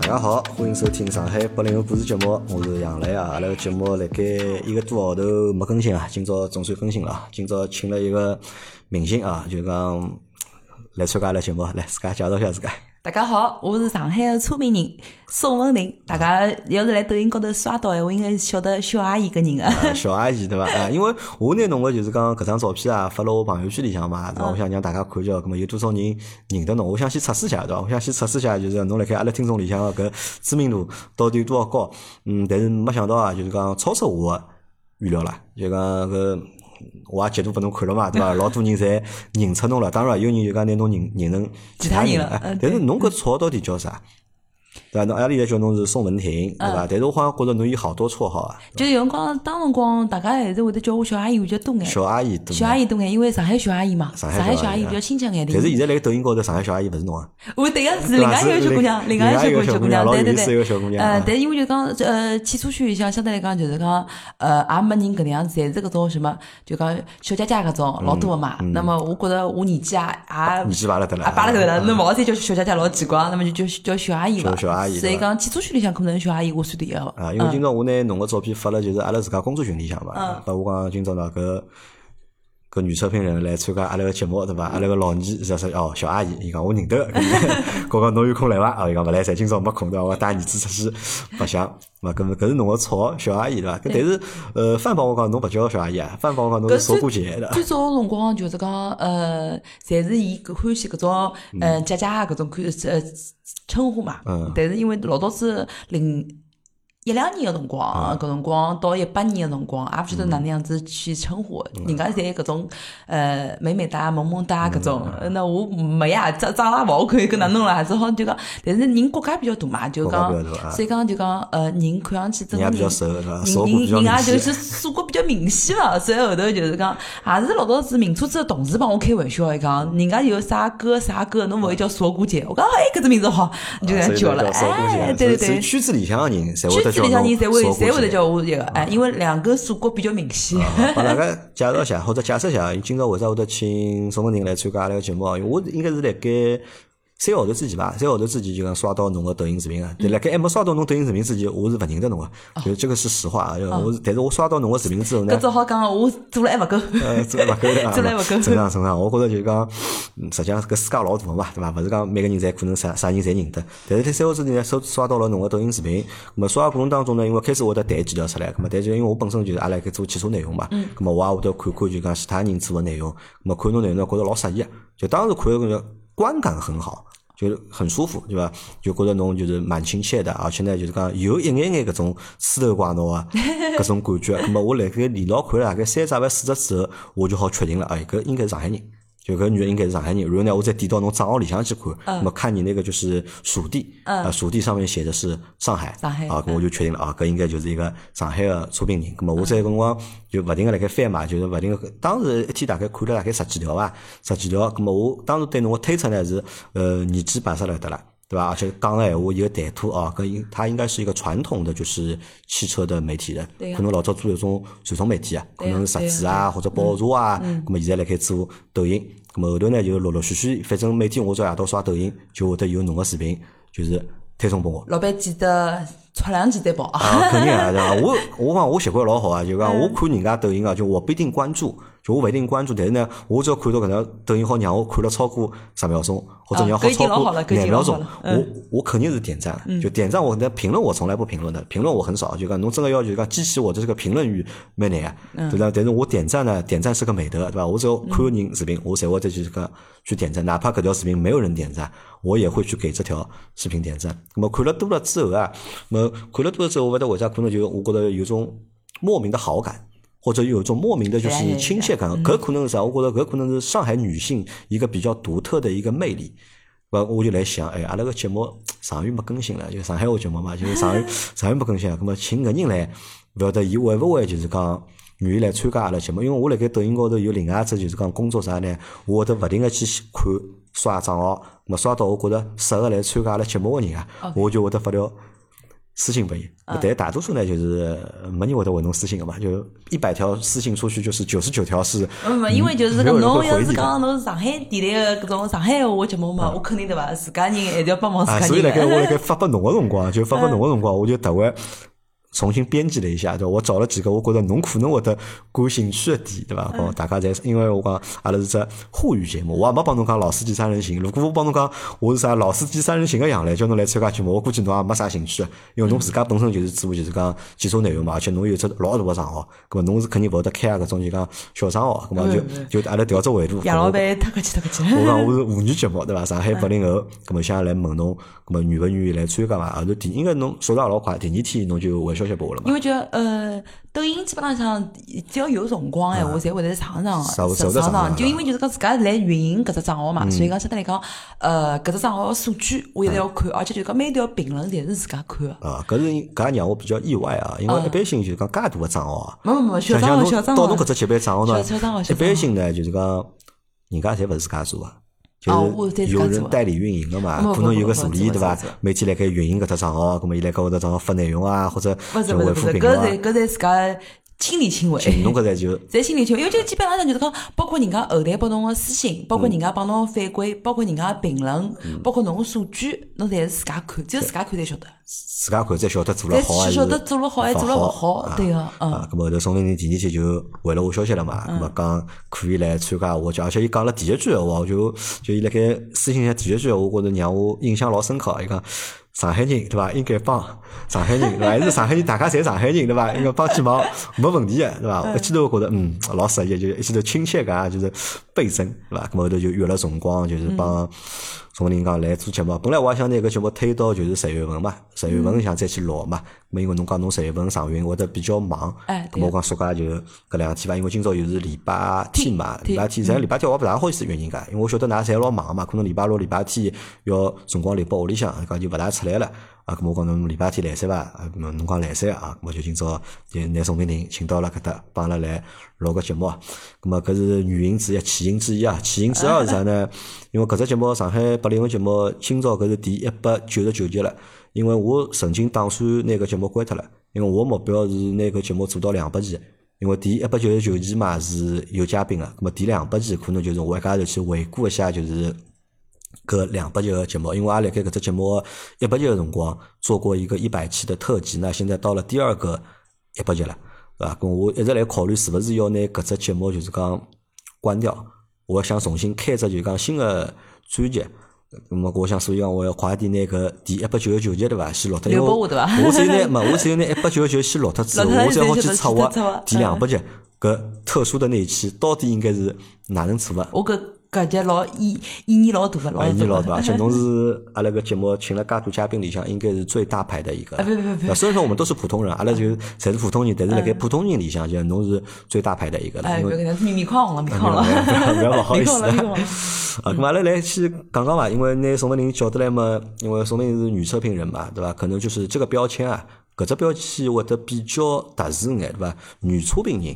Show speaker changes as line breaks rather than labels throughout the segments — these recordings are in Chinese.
大家好，欢迎收听上海八零后故事节目，我是杨澜啊。阿拉个节目辣盖一个多号头没更新啊，今朝总算更新了啊。今朝请了一个明星啊，就讲来参加阿拉节目，来自家介绍一下自家。
大家好，我是上海的车名人宋文玲。大家要是来抖音高头刷到闲话，应该是晓得小阿姨搿 人个。
啊小阿姨对伐？啊，因为我拿侬个就是讲搿张照片啊，发到我朋友圈里向嘛，
嗯
对伐？我想让大家看一下，搿么有多少人认得侬？我想先测试一下，对伐？我想先测试一下，就是侬辣盖阿拉听众里向个搿知名度到底有多少高？嗯，但是没想到啊，就是讲超出我个预料啦，就讲搿。我也截图拨侬看了嘛，对 伐？老多人侪认出侬了，当然有人就讲拿侬认认成
其他人
了。
了
哎
嗯
但是侬搿绰号到底叫啥？对伐？侬阿拉现在叫侬是宋文婷，对
嗯
伐？但是我好像觉着侬有好多绰号啊，
就是有辰光，当辰光大家还是会得叫我小阿姨，会叫多眼。
小阿姨对伐
小？阿姨多眼，因为上海小阿姨嘛，
上
上
海
海
小
小
阿
阿
姨
姨比较亲切眼
但是
点。
现在辣盖抖音高头，上海小阿姨勿是侬啊，
我对个是
对
另
吧
外一
是
个小姑娘，
另
另外
另外一
个
个小
小
姑
姑
娘
娘，
老
对
有
对
意思一个
对。
小姑娘
呃
啊，
但因为就讲，呃，汽车圈里向相对来讲就是讲，呃，也没人搿能样子，侪是搿种什么，就讲小姐姐搿种老多个嘛。
嗯
那么我觉着我年纪也啊也
年纪摆辣搭了
啊，摆辣头
嗯
了，那勿好再叫小姐姐老奇怪，那么就叫叫小阿姨
叫
伐？
小阿姨
所
对
以
吧
讲，汽车圈里向可能小阿姨我算第一个伐。
啊，因为今朝我拿侬个照片发了，就是阿拉自家工作群里向
嗯
嘛，把我讲今朝呢搿搿女车评人来参加阿拉个节目对伐？阿拉个老二是是哦小阿姨，伊讲我认得， 我讲侬有空来伐？啊，伊讲勿来噻，今朝没空对伐？我带儿子出去白相，嘛搿么搿是侬个绰号小阿姨对伐？搿但是呃，范帮我讲侬勿叫小阿姨啊，范帮我讲侬是
搿
手
最
过节的。
最早个辰光就是讲，呃，侪是伊搿欢喜搿种，呃，姐姐啊搿种看呃称呼嘛。
嗯
但是因为老早子零一两年个辰光，
嗯
搿辰光到一八年个辰光，也勿晓得哪能样子去称呼，
嗯
人家侪搿种呃美美哒、萌萌哒搿种。
嗯
呃那我没呀，长长了也勿好看，搿哪弄啦？只好就讲，但是人国家比较大嘛，就讲
国家比较大啊，
所以讲就讲，呃，人看上去真
人
个
也比较
人
瘦对伐？手过
人
比较
人
明
人啊也就
显。
是做过比较明显嘛，所以后头就是讲，也是老早子明车子的同事帮我开玩笑，伊讲人家有啥歌啥歌，侬勿会叫锁骨姐，我讲哎，搿只名字好，就这
啊
样
所以
叫了，
叫少过节
哎，对对
啊所以
对。
圈子里向个人侪会
圈
得
子
叫
里向
侬
人侪会
少过
侪会得
节啊
叫我这个，哎，因为两个锁骨比较明显。
帮大家啊介绍一下，或者解释一下，今朝为啥会得请宋文婷来参加阿拉个节目啊？因为我应该是辣盖三个号头之前吧，三个号头之前就讲刷到侬个抖音视频啊。
嗯
对，辣盖还没刷到侬抖音视频之前，我是勿认得侬个，啊就是这个是实话啊。因为我是但是我刷到侬个视频之后呢
哦搿，只好讲，我做了还勿够。
呃，做了勿够的
做了
啊
勿够
正常正常。我觉着就是讲，嗯实际上搿世界老大个嘛，对伐？勿是讲每个人侪可能啥啥人侪认得。但是在三号之前呢，搜刷到了侬个抖音视频，咁么刷个过程当中呢，因为开始我会得弹几条出来，咁么但是因为我本身就是阿拉搿做汽车内容嘛，咁么我也会得看看就讲其他人做个内容，咁么看侬内容呢，觉着老适意啊，就当时看了个观感很好。就是很舒服，对吧？就觉得侬就是蛮亲切的，而且呢，就是讲有一眼眼搿种黐头怪脑啊， 搿种感觉。那么我辣盖连牢看了大概三只还是四只之后，我就好确定了，哎，搿应该是上海人。就搿女的应该是上海人，然后呢，我再点到侬账号里向去看，
嗯
那么看你那个就是属地，啊，属地上面写的是上海，
上海
啊，搿我就确定了啊，搿应该就是一个上海个车评人。咁么我在搿辰光就勿停个辣盖翻嘛，就是勿停个，当时一天大概看了大概十几条伐，十几条。咁么我当时对侬个推测呢是，呃，年纪摆啥来得了。对吧？而且讲个闲话，伊个谈吐啊，搿应他应该是一个传统的就是汽车的媒体人，
对呀
可能老早做一种传统媒体啊，可
对呀
能杂
对呀嗯
志啊或者报社啊，咁么现在辣盖做抖音，咁么后头呢就陆陆续续，反正每天我只要夜到刷抖音，就会得有侬个视频，就是推送拨我。
老板记得出两件再报啊。
啊，肯定啊，对吧？ 我我讲我习惯老好啊，就讲
嗯
我看人家抖音啊，就我不一定关注，就我不一定关注，但是呢，我只要看到搿条抖音好让我看了超过十秒钟，或者
啊
让好
搿已经
超
老
过
好了搿已
两
经
秒
老好
钟
了，
我我肯定是点赞，就点赞我但评论我从来不评论的，评论我很少，就讲侬真的要求讲激起我的这个评论欲蛮难啊，对吧？但是我点赞呢，点赞是个美德，对吧？我只要看人视频，我才会再去个去点赞，哪怕搿条视频没有人点赞，我也会去给这条视频点赞。那么看了多了之后啊，那么看了多了之后，我勿晓得为啥可能就我觉得有种莫名的好感。或者有一种莫名的，就
对啊对
是
啊
亲切感，搿可能是啥？我觉得搿可能是上海女性一个比较独特的一个魅力。我我就来想，哎，阿拉个节目上个月没更新了，就上海话节目嘛，就是上个月上个月没更新了，葛么请搿人来，勿晓得伊会勿会就是讲愿意来参加阿拉节目？因为我辣盖抖音高头有另外一只就是讲工作啥呢，我会得勿停个去看刷账号，咾么刷到我觉着适合来参加阿拉节目个人啊，我就会得发条。私信拨伊，但大多数呢就是呃没人会得回侬私信个嘛，就一百条私信出去，就是九十九条是
嗯，因为就
没
是
有
讲，
人
侬
会
要
回
是
你的。
讲侬是上海电台的搿种上海话节目嘛，我肯定对伐？自家人还是要帮忙
啊，
自
所以
家
辣盖我
人。
辣盖发拨侬个辰光，就发拨侬个辰光，我就特为重新编辑了一下，对伐？我找了几个我觉着侬可能会得感兴趣个点，对伐？帮大家侪，因为我讲阿拉是只沪语节目，我也没帮侬讲老司机三人行。如果我帮侬讲我是啥老司机三人行个样嘞，叫侬来参加节目，我估计侬也没啥兴趣，因为侬自家本身就是做就是讲技术内容嘛，而且侬有一只老大个账号，搿么侬是肯定勿会得开啊搿种就讲小账号，搿么就就阿拉调只回路。搿
杨老
我
板太客气太客气。
我讲我是妇女节目对伐？上海八零后，
嗯
咁么想来问侬，咁么愿勿愿意来参加嘛？后头第应该侬速度也老快，第二天侬就回消息拨我了嘛
因。为就呃，抖音基本浪向只要有辰光哎
啊
闲话，侪会得上上
搜搜
上
得上
上。
上嗯
就因为就是讲自家来运营搿只账号嘛，所以讲相对来讲，呃，搿只账号数据我一直要
嗯
看，而且就讲每条评论侪是自家看的。
啊，搿是搿也让我比较意外啊，因为一般性就是讲介大个账号啊，
没没没，嗯
想
小账
想
号
侬
小账啊
到
号
侬。搿只级别账号呢
小小账号，
一
小
般性呢就是讲人家侪勿是自家做啊。就
哦我
是
侪自
有
家
人
做啊
代理运营的嘛，
不
可能有
不
个
不
助
不
理
不
对伐
不不？
每天辣盖运营搿只账号，咁么伊辣盖搿只账号发内容啊，或者
勿是
就
勿
回
是勿
复
是，
评
搿
论
是
啊。
搿侪自家亲力亲为。
侬搿才就
侪心里清，因为就基本上就是讲，包括人家后台拨侬个私
嗯
信，包括人家帮侬反馈，包括人家评论，包括侬个数据，侬侪是自家看，只有自家看才晓得，
自家看才晓得做了好啊
才
还
是
是
晓得做了好还是做了勿
啊
好，对个，嗯，
啊，咁么后头宋玲玲第二天就回了我消息了嘛，咁么讲可以来参加我节，而且伊讲了第一句闲话，我就就伊辣盖私信里向第一句闲话，我觉着让我印象老深刻。伊讲上海人对伐？应该帮上海人，对 伐？还是上海人，大家侪上海人对伐？应该帮几忙没问题个对伐？一记头我觉着嗯老适意，就一记头亲切感啊，就是倍增对伐？咁么后头就约了辰光，就是帮宋玲讲来做节目。本来我也想拿搿节目推到就是十月份嘛，十月份想再去录嘛，咁么因为侬讲侬十月份上旬会得比较忙，
哎
咁
对
我讲暑假就搿两天伐，因为今朝又是礼拜天嘛，
天
礼拜天，实际上礼拜天我也勿大好意思约人家，因为我晓得㑚侪老忙嘛，可能礼拜六、礼拜天要辰光留拨屋里向，啊搿就勿大出来了。啊，咁我讲侬礼拜天来三伐？啊，侬侬讲来三啊，咁我就今朝就拿宋明玲请到了搿搭，帮阿拉来录个节目啊。咁么搿是原因之一，起因之一啊。起因之 二是啥呢？因为搿只节目上海八零后节目今朝搿是第一百九十九集了。因为我曾经打算拿搿节目关脱了，因为我目标是拿搿节目做到两百期。因为第一百九十九期嘛是有嘉宾个，那么第两百期可能就是我一家头去回顾一下，就是搿两百集个节目，因为阿拉辣盖搿只节目一百集个辰光做过一个一百期的特辑，那现在到了第二个一百集了，对伐？跟我一直来考虑是勿是要拿搿只节目就是讲关掉，我想重新开只就是讲新的专辑。那么我想，所以讲我要快点拿搿第一百九十九集对伐，先录脱，因为
留拨我对伐
我只有拿，没，我只有拿一百九十九先录脱之后，
录脱
我才好去策
再去再策
划
划
第
嗯
两百集搿特殊的那一期到底应该是哪能做法？
我搿搿节老意意义老大个，老
啊，你老大，
大
而
个。
且侬是阿拉个节目请了介多嘉宾里向，应该是最大牌的一个。
啊不不不
啊虽然说我们都是普通人，阿拉就侪是普通人，但是辣盖普通人里向，就是侬是最大牌的一个了，
哎，
因
不
为啊
要搿能面面框红了，面
不
框
要
了，
不要不好意
面
思
框了，面框了。
啊，咁阿拉来去讲讲伐，因为拿宋文玲叫得来嘛，因为宋文玲是女测评人嘛，对伐？可能就是这个标签啊，搿只标签会得比较特殊眼，对伐？女测评人，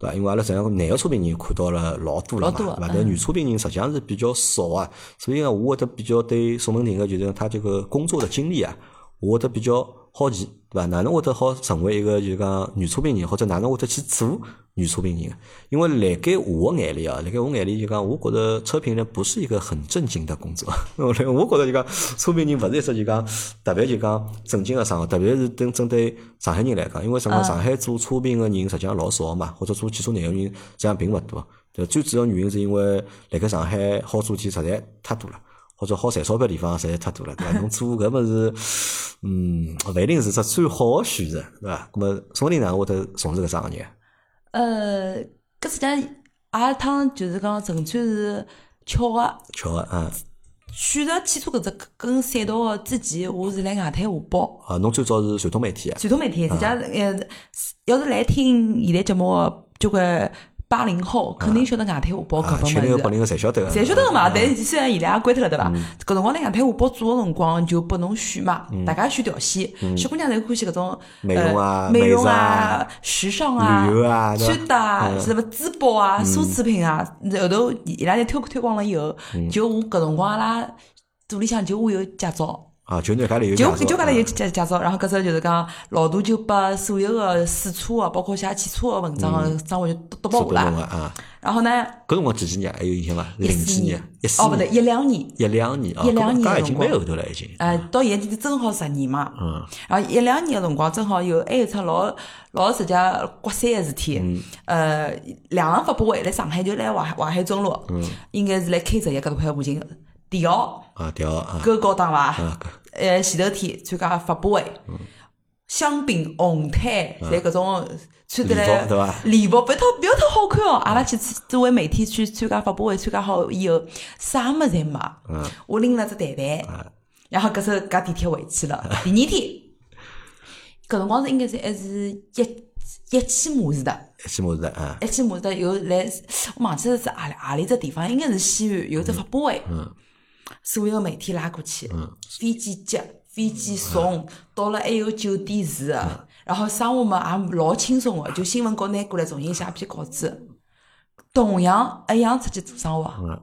对伐？因为阿拉实际上男个测评人看到了老多了嘛，
老多啊
对
了
伐？但女测评人实际上是比较少啊，所以呢，我会得比较对宋文玲个就是她这个工作的经历啊，我会得比较好奇，对伐？哪能会得好成为一个就是讲女车评人，或者哪能会得去做女车评人？因为辣盖我眼里啊，辣盖我眼里就讲，我觉得车评人不是一个很正经的工作。 我来我觉得就讲，车评人勿是一只就讲特别就讲正经的生活，特别是针针对上海人来讲，因为什么？上海做车评的人实际上老少嘛，或者做汽车内容人实际上并勿多。就最主要原因是因为辣盖上海好做事体实在太多了。或者好赚钞票地方实在太多了，对伐？侬做搿物事，嗯，勿一定是只最好个选择，对伐？那么宋宁哪能会得从事搿只行业？
呃，搿实际上阿趟就是讲纯粹是巧合。
巧个啊，
选择汽车搿只跟赛道个之前，我是来外滩下包。
啊，侬最早是传统媒体啊，
传统媒体，人家呃，要是来听现在节目的交关八零后，肯定晓得外滩下包搿
啊，
帮物
七零后、八
事。
零后侪晓得个，
侪晓得个
嗯
嘛，但是虽然现在也关脱了，对伐？搿辰光辣外滩下包做个辰光，就拨侬选嘛，大家选条线，小姑娘侪欢喜搿种
嗯美容啊
呃美容
美
啊、时尚啊、
旅游啊嗯对吧
穿搭啊、什么珠宝啊、奢侈品啊，后头
嗯
伊拉侪推推广了以后，就我搿辰光阿拉组里向就我有驾照，
啊，就那家里有
就
驾照
就搿搭
啊
有介介绍，然后搿只就是讲老大就把所有个试车啊，包括写汽车个文章个章回就都都
嗯是
包
不
下
懂
来。
的啊。
然后呢，
搿辰光几几年还有印象伐？
一
零
四
几
年
年、一四
哦不对，一两年，
一两年啊，
一两年
搿
的
已经
辰光
蛮后头了，已经。
呃，到现在正好十年嘛。
嗯，
然后一两年个辰光，正好有还有出老老实家刮三个事体，呃，两个发布会来上海就来淮海淮海中路，应该是来 K 十一搿搭块附近。迪奥
啊，调啊，
够高档伐？
啊，搿
呃，前头天参加发布会，香槟、红毯，侪搿种穿得
啊礼
来
服对伐
礼服，别套别套好看哦。阿拉去作为媒体去参加发布会，参加好以后，啥物事侪没
嗯。
我拎了只袋袋，
啊
然后搿时候搿地铁回去了。第二天，搿辰光是应该是还是一一汽马自达。
一起模式的啊，
一起马达有来，我忘记了是阿里阿里只地方，应该是西安有只发布会，
嗯
所有媒体拉过去，飞机接，飞机送，到了还有酒店住的，然后生活嘛也老轻松的，就新闻稿拿过来重新写篇稿子，同样一样出去做生活
嗯，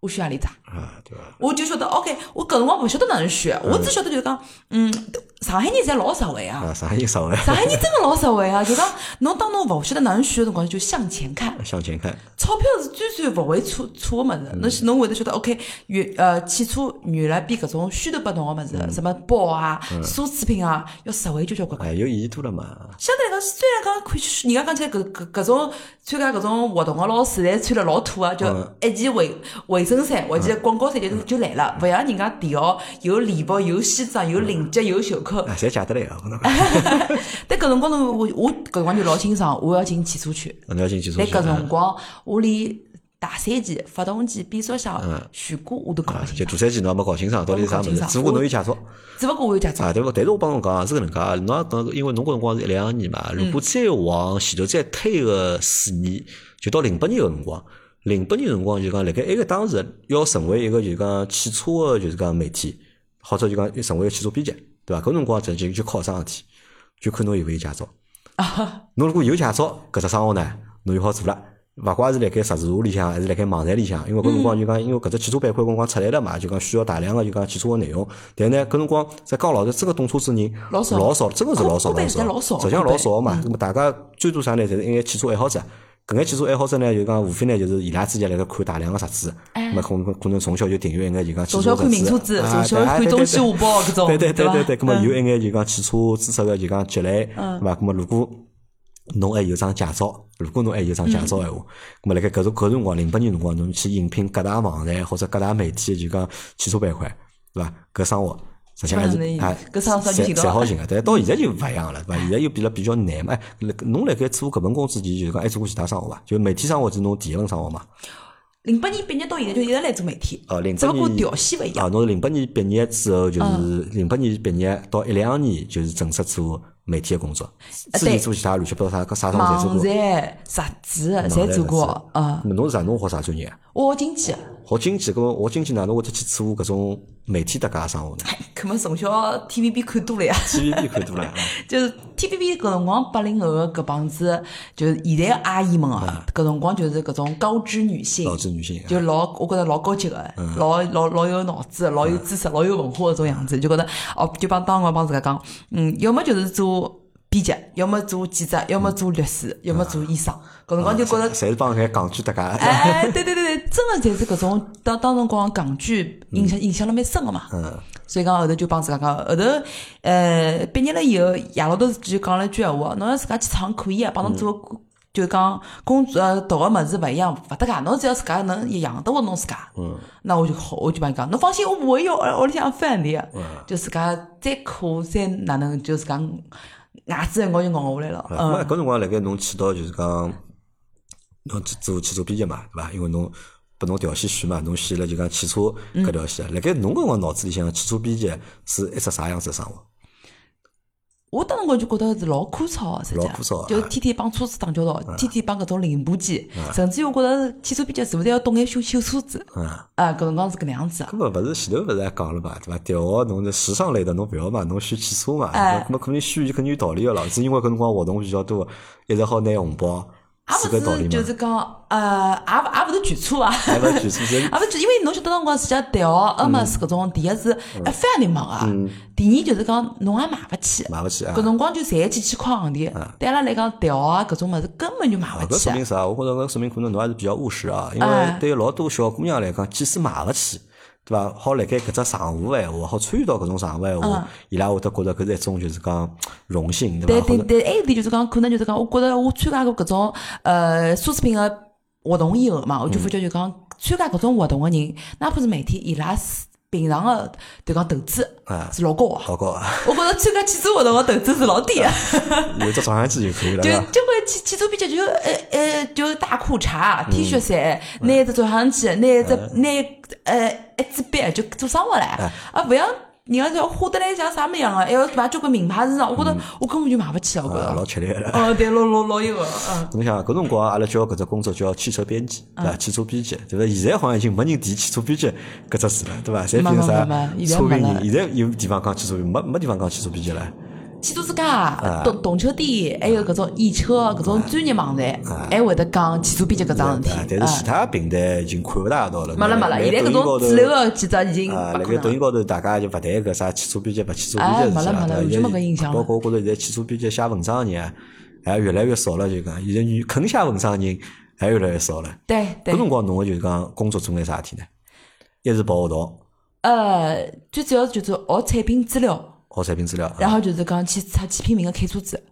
我选阿里只。
啊，对伐？
我就晓得，OK，我搿辰光勿晓得哪能选，我只晓得就是讲，嗯，上海人侪老实惠啊，
啊，上海人少了，
上海人真的老实惠啊，就讲侬当侬勿晓得哪能选的辰光，就向前看。
向前看，
钞票是最最勿会错错个物事，侬是侬会得晓得，OK，原呃汽车原来比搿种虚头巴脑个物事，什么包啊、奢侈品啊，要实惠交交关关。
哎，有意义多了嘛？
相对来讲，虽然讲看起，人家讲起来搿搿搿种参加搿种活动个老师，侪穿了老土啊，就
嗯
一件卫卫生衫或者广告衫就就来了，勿像人家迪奥有礼服、有西装、有领结、有袖扣。
啊，侪借得来啊，
但搿辰光侬我我搿辰光就老清爽，我要进汽车圈。
侬要进去做
但
去
搿
啊
辰光，我连大三级、发动机、变速箱、悬挂我都搞
啊
勿，
就
清
大
爽，
三季侬也没搞清爽到底是啥物
搞不
事
清，爽
只不过侬有驾照
只勿过我有驾照。
啊，对伐？但是我帮侬讲啊是搿能介啊，侬也讲，因为侬搿辰光是一两年嘛，如
嗯
果再往前头再推个四年，就到零八年个辰光。零八年的辰光就讲，辣盖埃个当时要成为一个就讲汽车个就是讲媒体，或者就讲要成为一个汽车编辑，对伐？搿辰光就就就靠一桩事体，就看侬有勿有驾照。侬如果有驾照，搿只生活呢，侬就好做了。勿怪是辣盖十字路里向，还是辣盖网站里向，因为搿辰光就讲，因为搿只汽车板块搿辰光出来了嘛，就讲需要大量个就讲汽车个内容。但呢，搿辰光在讲老实，真个懂车子人
老少
老少，真个是老少
根本现在
老
老
少，
少
实际上老少嘛。那么大家最多啥呢？侪是一眼汽车爱好者。搿眼汽车爱好者呢，就讲无非呢，就是伊拉之前辣盖看大量个杂志，
哎
咹可能可能从小就订阅一眼就讲汽
从
车
小
杂
看名
志
车子，
啊
从小
对啊
看
对
中
对
西五报搿种，
对对对对对，
伐
咁么
嗯
有一眼就讲汽车知识个就讲积累，对伐？咁么如果侬还有张驾照，如果侬还有张驾照
嗯
个闲话，咁么辣盖搿种搿辰光零八年辰光，侬去应聘各大网站或者各大媒体，就讲汽车板块，对伐？搿生活实际上还是
基本上
哎，
搿生活
侪
就寻到
侪
了
好寻个，但是到现在就勿一样了，对伐？现在又变得比较难嘛。哎，辣盖侬辣盖做搿份工之前，就是讲还做过其他生活伐？就媒体生活是侬第一份生活嘛？
零八年毕业到现在就一直来做媒体
哦，08，
只勿过
年
调线勿一样。嗯
啊，侬是零八年毕业之后，就是零八年毕业到一两年，就是正式做媒体的工作。之前
呃对
做其他乱七八糟啥个啥啥
网
侪做过。
站、杂志
网
侪
站
做过
杂志
啊，
那侬是啥？侬学啥专业啊？
我学经济，
学经济，搿么学经济哪能会得去做搿种媒体搭界的生 活呢
搿么从小 TVB 看多了呀。
？TVB 看多了啊，
就是 TVB 搿辰光八零后个搿帮子，就是现在个阿姨们啊，搿辰光就是搿种高知女性，
导致女性啊。
就老，我觉得老高级个，老老老有脑子的，老有知识，老有文化的种样子，就觉得哦，就帮当光帮自家讲，嗯，要么就是做编辑，要么做记者，要么做律师，要么做医生，搿辰光就觉得。
侪是帮搿些港剧搭界 的。
哎，对对对对，真的侪是搿种当当辰光港剧影响影响了蛮深个嘛，
嗯，
所以讲后头就帮自家讲，后头呃毕业了以后，爷老头就讲了一句闲话，侬要自家去闯可以啊，帮侬做个就是讲工作呃读个物事勿一样，勿搭界，侬只要自家能养得活侬自家，嗯，那我就好，我就帮伊讲，侬放心，我勿会要屋里向饭的，就自家再苦再哪能，就自家牙齿一咬就咬下来了，
啊
嗯
咁啊，搿辰光辣盖侬去到就是讲，侬去做汽车编辑嘛，对伐？因为侬拨侬调线选嘛，侬选了就讲汽车
嗯
搿条线。辣盖侬搿辰光脑子里向，汽车编辑是一只啥样子的生活？
我当辰光就觉得是老枯燥的，实际
老枯燥
上，
啊
就天天帮车子打交道，天天帮搿种零部件，甚至于我觉得汽车编辑是勿是要懂眼修修车子？
嗯，
啊，搿辰光是搿能样子啊。
搿么勿是前头勿是还讲了嘛，对伐？调学侬是时尚类的，侬勿要嘛，侬选汽车嘛。
哎
搿么肯定选肯定有道理个咯，是因为搿辰光活动比较多，一直好拿红包，是搿道理
也勿是就
嘛。
是讲呃，也勿也勿是全错啊。
还勿举出这
啊，勿就因为侬晓得辰光自家调阿
嗯
么是搿种，第一是哎非常难忙啊，第二就是讲侬也买勿起，
买勿起啊
搿。辰光就赚几千块行钿，对阿拉来讲调啊搿种物事根本就买
啊
勿
搿
起
说
啊。
明啥？我觉着搿说明可能侬还是比较务实啊，因为
哎
对于老多小姑娘来讲，即使买勿起，对伐？好辣盖搿只场合闲话，好参与到搿种场合闲
嗯
话，伊拉会得觉着搿是一种就是讲荣幸，对
对
伐？
对
或者
对，哎还有一点就是讲，可能就是讲，我觉得我参加过搿种呃奢侈品个活动以后嘛，我就发觉就讲，参加搿种活动个人，哪怕是媒体，伊拉是平常个就讲投资
啊
是老高啊。
好高啊，
我觉着参加建筑活动个投资是老低啊，
有只照相机就可以了，
就
对伐？
就会建建筑比较就呃呃就大裤衩、T 啊恤衫，拿一只照相机，拿一只拿一呃一支笔就做生活唻，啊勿像人家就花得来像啥么样啊个，还要买交关名牌身上，我觉着我根本就买勿起啊，我觉
啊
着。
老吃力了。
哦，对，老老老有个，嗯，
侬想搿辰光阿拉叫搿只工作叫汽车编辑，对伐？汽车编辑，对伐？现在好像已经没人提汽车编辑搿只词了，对伐？侪变成啥
没没没现在
车评
没
人？
了
现在有地方讲汽车编，没没地方讲汽车编辑了。
汽车之
啊
家、动动车店，还有搿种易车搿种专业网站，还会得讲汽车编辑搿桩事
对
体
啊，但是其
嗯，
他平台已经看勿大到了。
没了没了，现在搿种主
主
流
流
个记者已经
啊，
勿
辣
可
盖抖
能
音
了。
高头，大家就勿谈搿啥汽车编辑、勿汽车编辑
哎
事体啊
没了没了
对
完全
吧
没搿印象
包
了
括我觉哎着现在汽车编辑写文章的人啊，还越来越少了，就讲现在女肯写文章的人还越来越少了。
对
搿辰
对，
光侬个就是讲工作做眼啥事体呢？一是跑学堂，
呃，最主要就是学产品资料，
学产品资料啊，
然后就是讲去出去拼命个开车子，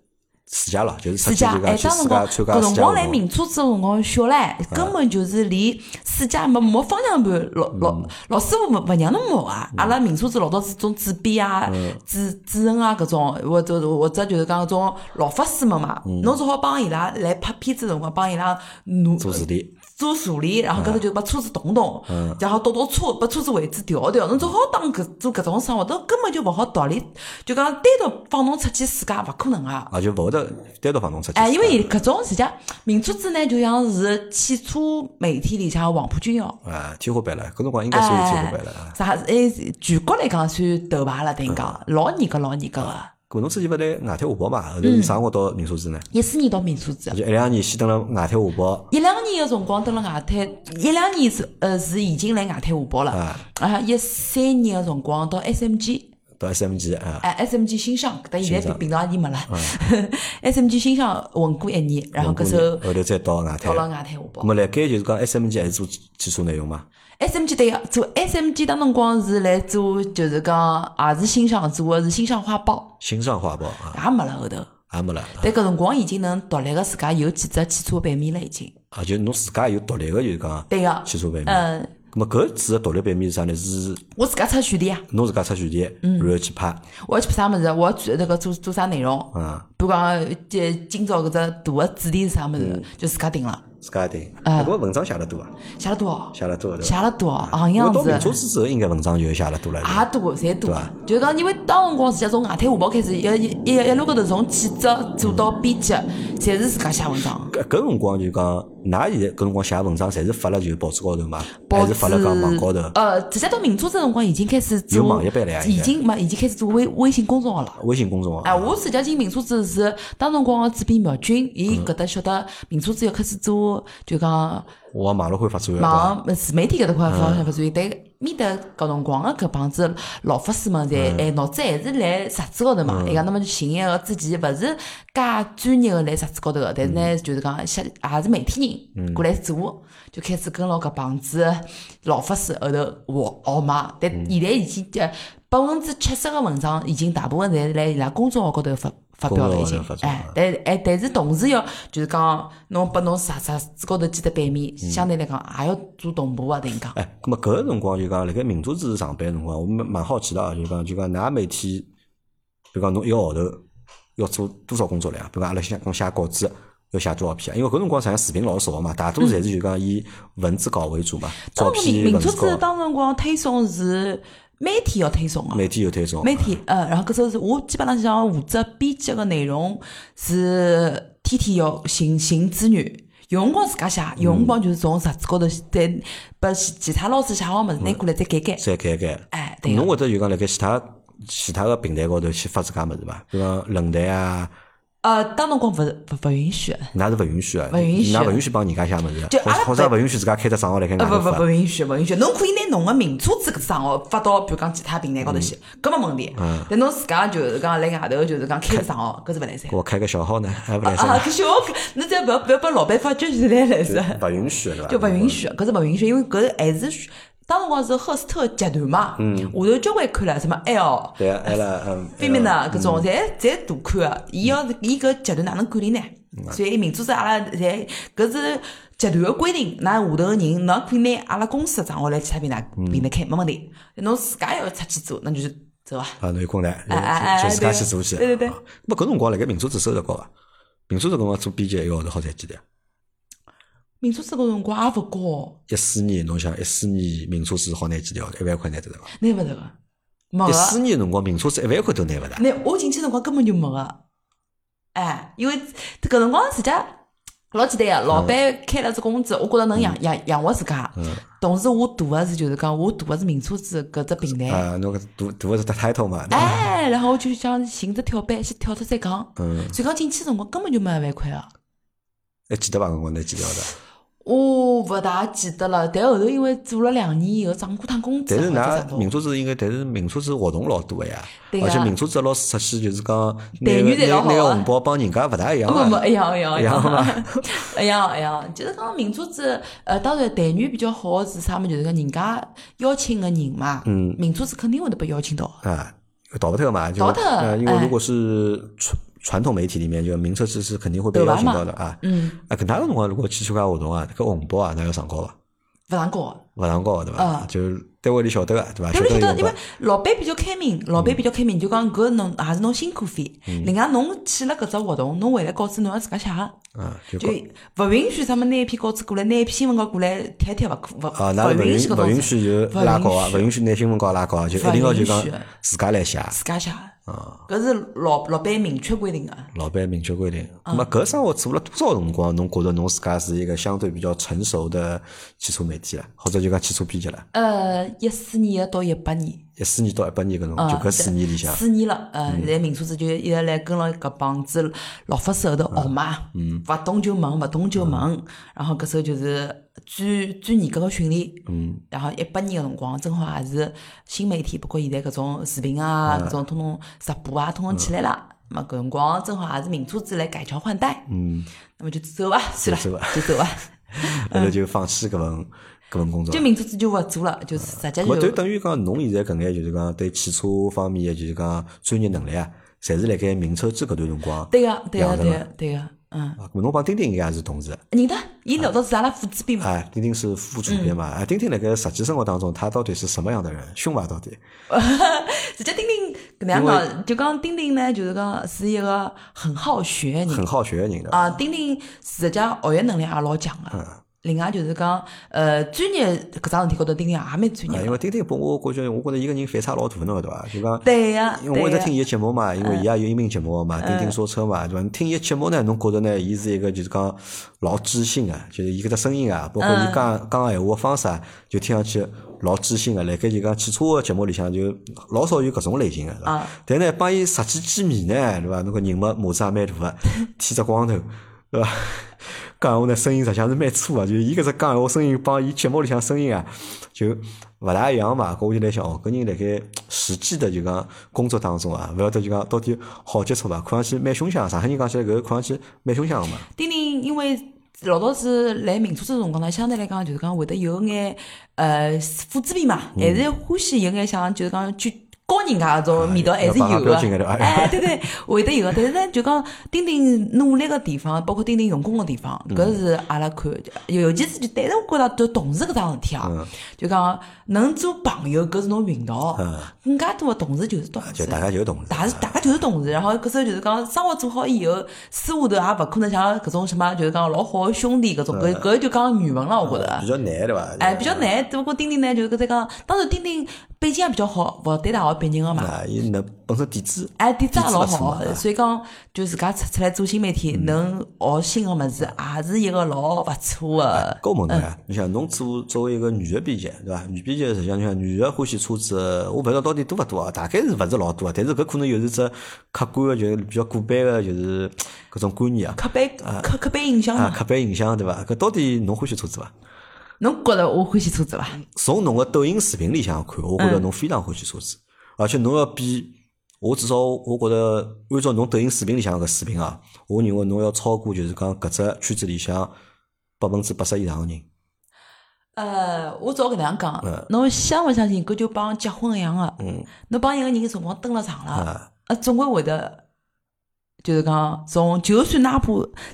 自驾了，就是出
自
去就
驾。
讲
哎，
去
当
自
辰
驾
光
参加
搿
自
辰
驾活
光来
动。
名车子辰光小唻，根本就是连自驾没没方向盘，老老老师傅勿勿让侬摸啊！阿拉名车子老早是种纸笔啊、主主任啊搿种，或者或者就是讲搿种老法师们嘛，侬只好帮伊拉来拍片子的辰光帮伊拉努
做字典，
做助理，然后搿头就把车子动动，然后倒倒车，把车子位置调调，侬只好当搿做搿种生活，侬根本就勿好独立，就讲单独放侬出去自驾勿可能啊！
啊，就勿会得单独放侬出去。
哎，因为伊搿种实际上名车子呢，就像是汽车媒体里向的黄埔军校，
啊，天花板了，搿辰光应该算是天花
哎
板了啊。，
啥哎，全国来讲算头牌了，等于讲老严格老严格个。
搿侬之前勿来外滩华宝嘛？后
嗯
头是啥辰光到民宿子呢？啊
一四年到名车子，
就一两年先蹲了外滩华宝
一两年个辰光蹲辣外滩，一两年是呃是已经来外滩华宝了，
啊，
啊一三年个辰光到 SMG。
到 SMG 啊，
哎，SMG 新上，但现
新
在
上啊
平常已经没了。SMG 新上混过一年，哎然后搿时候
后头再到外滩
到。了外滩华
咾
宝。
么辣盖就是讲 SMG 还是做基础内容嘛？
SMG 对个，做 SMG 当辰光是来做，就是讲也是新上做个是新上花报，
新上画报啊，
也没了后头。
也没了
但搿辰光已经能独立个自家有几只汽车版面了，已经。
啊，就侬自家有独立个就是讲
对个，
汽车版面。
嗯，
咾么搿次个独立版面是啥呢？是
我自家出选题啊，
侬自家出选题，
嗯
然后去拍
我要去拍啥物事，啊我要做那个做做啥内容，
啊，
比如讲今今朝搿只大个主题是啥物
嗯
事，就自家定了。
自家定。
啊
搿个文章写了多伐？
写了多少？
写了多对
写
伐？
了多少？行
因为
样
到
子。啊
民族之后，应该文章就写了多了。
也多，侪多
吧，
就是讲，因为当辰光实际上从外滩画报开始，一一一一路高头从记者做到编辑，侪是自家写文章。
搿搿辰光就讲，㑚现在搿辰光写文章，侪是发了就是报纸高头嘛，
报
还是
纸
发了讲网高头？
呃，直接到民初这辰光已经开始做，
有网页版了呀
已经嘛，已经开始做微微信公众号了。
微信公众号。
哎，我实际进民初子是当辰光的主编苗军，
嗯
伊搿搭晓得民初子要开始做，就讲
我往马路会发作用对伐？
网自媒体搿搭块方向勿注意，但面搭搿辰光个搿帮子老法师们，
嗯
侪哎脑子还是来杂志高头嘛。伊哎讲，那么就寻一个自己勿是介专业个来杂志高头个，但是
嗯
呢，就是讲写也是媒体人过来做，就开始跟牢搿帮子老法师后头学学嘛。但
嗯
现在已经呃百分之七十个文章已经大部分侪是来伊拉公众号高头发。发表了已经
公众号高头，发表
哎，但哎，但是同时要就是讲，侬拨侬啥啥子高头几只版面，相对来讲也要做同步啊，等于讲。
哎，咁么搿个辰光就讲，辣盖民族之上班的辰光，我蛮蛮好奇的啊，就讲就讲，㑚每天，就讲侬一个号头要做多少工作量？比如讲阿拉想讲写稿子，要写多少篇啊？因为搿辰光实际上视频老少嘛，大多数侪是就讲以文字稿为主嘛，照
当时
片、
民
文
民族
字
志
稿，
当辰光推送是每天要推送个、
每天有推送。
每天呃，然后搿时候是我基本浪向负责编辑个内容是天天要寻寻资源。有辰光自家写，有辰光就是从杂志高头再把其其他老师写好物事拿过来再改改。
再改改。
哎，对
嗯
个
侬会得就讲辣盖其他其他个平台高头去发自家物事伐？比如讲论坛啊，
呃，当辰光勿是勿勿允许，
㑚是勿允许啊，
勿允许
㑚勿允许帮人家写物事啊
就，
或
阿拉
或者勿允许自家开只账号来开外
呃，
头
勿勿勿
发。
允许，勿允许。侬可以拿侬个名车子搿只账号发到，比如讲其他平台高头去，搿没问题。但侬自家就是讲来外头，就是讲开个账号，搿是勿来三。
我开个小号 呢，还勿来噻，
啊，搿小可，侬再勿要勿要拨老板发觉是来来噻，
勿允许对伐？
就勿允许，搿是勿允许，因为搿是还是属当辰光是赫斯特集团嘛，下头交关看了什么 L。
对啊，还 了嗯，
菲面呢，搿种侪侪大看个，伊要是伊搿集团哪能管理呢？
嗯
所以明珠是阿拉侪搿是集团个规定，㑚下头个人，㑚可以拿阿拉公司个账号来其他平台
嗯
平台开，没问题。侬自家要出去做，那就是走啊。
啊，侬有困难，
哎哎
就就自家
哎
去
对
做去。
对对对
啊。那么搿辰光辣盖民族组收啊入高伐？民族组搿辰光做编辑一个号头好赚几钿啊？
明珠这个辰光也勿高，
一四年，侬想一四年民族组好拿几钿号头？一万块拿得到伐？
拿勿着个，没
一
个。
四年辰光，民族组一万块都拿勿到。
那我进去辰光根本就没个，哎，因为搿辰光自家老简单个，老板开了只工资，我觉着
嗯
能养养养活自家。同时我赌个是就是讲我赌个是名车子搿只平台，
啊，侬搿读读个是 title 嘛？侬
哎，然后我就想寻只跳板先跳脱再讲。
嗯，
所以讲进去辰光根本就没一万块啊，
还记得伐？搿辰光拿几钿号头？
我勿大记得了。但后头因为做了两年以后涨过趟工资
但是
了，好像
㑚
差不
民
多
族组应该，但是民族组活动老多个呀，
对
而且
呀
民族组老师出去就是讲拿
待遇侪
拿
老好
拿个
啊
红包帮人家勿大一样
不
啊。
不一样一样
一样
嘛
嘛，
一样一样。就是讲民族子，呃，当然待遇比较好的是啥么？就是讲人家邀请个人嘛，嗯，民族子肯定会得被邀请到。
啊，倒不脱嘛，就
倒不脱
呃，因为
哎
如果是传传统媒体里面，就名册是是肯定会被邀请到的啊。
嗯，
啊，搿哪个辰光如果去参加活动啊，搿红包啊，那要上交伐？
勿上高。
勿上交的对伐？
啊
就是单位里晓得个啊对伐？
但
晓
是晓
得有
得，
红
因为
包。
老板比较开明，老板比较开明，就讲搿侬啊也是侬辛苦费。另外，侬去了搿只活动，侬回来稿子侬要自家写个，
啊，就
就勿允许啥么拿一篇稿子过来，拿一篇新闻稿过来贴贴勿可勿
啊，那
勿
勿
允许
允
搿
勿
种
允
事，
许有
不
拉
允
高啊，
许
勿允许拿新闻稿拉高啊，就一定要就讲
不允许
自家来写。
自家写个。搿是老老板明确规定啊个。
老板明确规定。那
嗯
么搿生活做了多少辰光，侬觉得侬自家是一个相对比较成熟的汽车媒体了，或者就讲汽车编辑了？
呃，一四年到一八年，
一四年到一八年搿辰光，
啊
就搿四年里向，
四年了，呃，现在民车子就一直来跟牢搿帮子老法师后头学嘛，嗯，勿懂就问，勿懂就问，然后搿时候就是最最严格个训练，嗯，然后一八年个辰光，正好也是新媒体，包括现在搿种视频啊，搿种统统直播啊，统统起来了。那么搿辰光正好也是民车子来改朝换代，嗯，那么就走吧，算
走
了，就走吧，
后头就放弃搿份搿份工作
嗯就。民车子就勿做了，就是直接
咾么
就
就等于讲，侬现在搿眼就是讲对汽车方面的就是讲专业能力啊，侪是辣盖名车制搿段辰光。
对个，对
养
个，
成
对
了
个，对个，嗯。
啊，咾侬帮丁丁应该也是同事。
认得，伊聊到是阿拉副主编嘛，
啊，丁丁是副主编嘛？啊，丁丁辣盖实际生活当中，他到底是什么样的人？凶伐？到底？
直接钉钉搿能样讲，就讲钉钉呢，就是讲是一个很好学的人
很好学的人的。
啊，钉钉实际上学习能力也老强
嗯
个。另外就是讲，呃，专业搿桩事体高头，钉钉也蛮专
啊，
业
因
的。
为丁丁拨我感觉，我觉得一个人反差老大侬晓得伐？就讲，
对呀，嗯
因为我一直
对呀
听，伊个节目嘛，因为伊也有音频节目嘛，丁丁说车嘛，对伐？你听伊个节目呢，侬觉着呢，伊是一个就是讲老知性个，就是伊搿只声音啊，包括
嗯
伊讲讲个闲话方式啊，就听上去老知性啊个。辣盖就讲汽车个节目里向就老少有搿种类型个，是伐？
嗯
但呢，帮伊实际见面呢，对伐？侬个人嘛，码子也蛮大 个，剃只光头，对伐？讲闲话呢，声音实际上是蛮粗个，就是伊搿只讲闲话声音帮伊节目里向声音啊，就勿大一样嘛。搿我就来想，哦，搿人辣盖实际的就讲工作当中啊，勿晓得就讲到底好接触伐？看上去蛮凶相的，上海人讲起来搿个看上去蛮凶相个嘛。
钉钉因为老早是来民族这辰光呢，相对来讲就是讲会得有眼呃副主编嘛，
嗯
还是欢喜有眼想就是讲去教人家搿种味道，还是
哎要把它
有
标
个
清个对吧。
哎，对对，会得有啊个，但是呢，就讲钉钉努力个地方，包括钉钉用功个地方，
嗯
搿是阿拉看，尤其是就但是我觉着就同事搿桩事体啊，就讲能做朋友，搿是侬运道
嗯，
更加多个同事就是同
就
事。
大家就是同事，
大家大家就是同事，然后搿时候就是讲生活做好以后，私下头也勿可能像搿种什么，就是讲老好的兄弟搿种，搿搿就讲缘分了，我觉着
嗯比。
哎
较难对伐？
哎，比较难。只不过钉钉呢，就是搿在讲，当然钉钉背景也比较好，复旦大学毕业个嘛，
啊，伊那本身底子
哎，底子也
底子
老
不错
好
嘛，嗯
所以讲就自家出出来做新媒体，能学新个物事，也是一个老勿错个。
够猛的呀！你想，侬做作为一个女的编辑，对伐？女编辑实际上，你想，女的欢喜车子，我勿晓得到底多勿多啊？大概是勿是老多啊？但是搿可能又是只客观的，就是比较古板的，就是搿种观念啊。
刻板刻刻板印象
啊，
嘛，
刻板印象对伐？搿到底侬欢喜车子伐？
侬觉着我欢喜车子伐？
从侬个抖音视频里向看，我觉着侬非常欢喜车子，而且侬要比我至少我觉着按照侬抖音视频里向搿视频啊，我认为侬要超过就是讲搿只圈子里向百分之八十以上个人。
呃，我只好搿能样讲，侬相勿相信？搿就帮结婚一样个，侬帮一个人辰光登了场
啊
了，呃，总归会得，就是讲从就算哪怕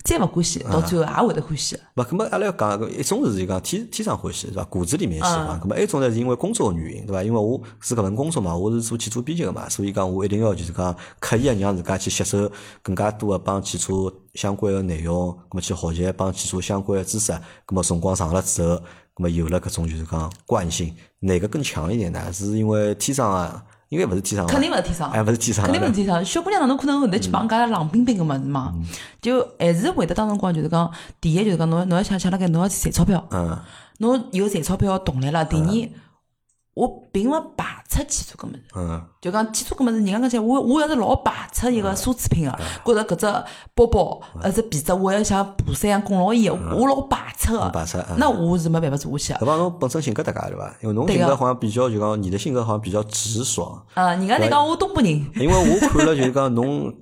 再勿欢喜，到最后也会得欢喜。
勿，咁么阿拉要讲个，一种是就讲天天生欢喜是伐？骨子里面喜
嗯
欢。咁么，一种呢是因为工作个原因，对伐？因为我是搿份工作嘛，我是做汽车编辑个嘛，所以讲我一定要就是讲刻意个让自家去吸收更加多个帮汽车相关个内容，咁么去学习帮汽车相关个知识。咁么辰光长了之后，咁么有了搿种就是讲惯性，哪个更强一点呢？是因为天生啊，应该勿是天生伐？
肯定勿是天生
哎，勿是天生啊，
肯定勿是天生。小姑娘哪能可能会得去帮人家冷冰冰个物事嘛？就还是会得当辰光就是讲，第一就是讲侬侬要想想辣盖侬要赚钞票，
嗯
侬有赚钞票个动力了。第二，我并勿排斥汽车搿物事。
嗯
就讲汽车搿物事，人家讲起来，我我要是老排斥一个奢侈品个，觉着搿只包包、搿只皮质，我要像爬山一样拱牢伊，我老排斥
嗯，
个。
白痴。嗯
那我是没办法做下去
搿
的。
帮侬本身性格搭界对伐？因为侬
对
性
个
格好像比较就讲，你的性格好像比较直爽。
啊，人家在讲我东北人，
因为我看了就是讲侬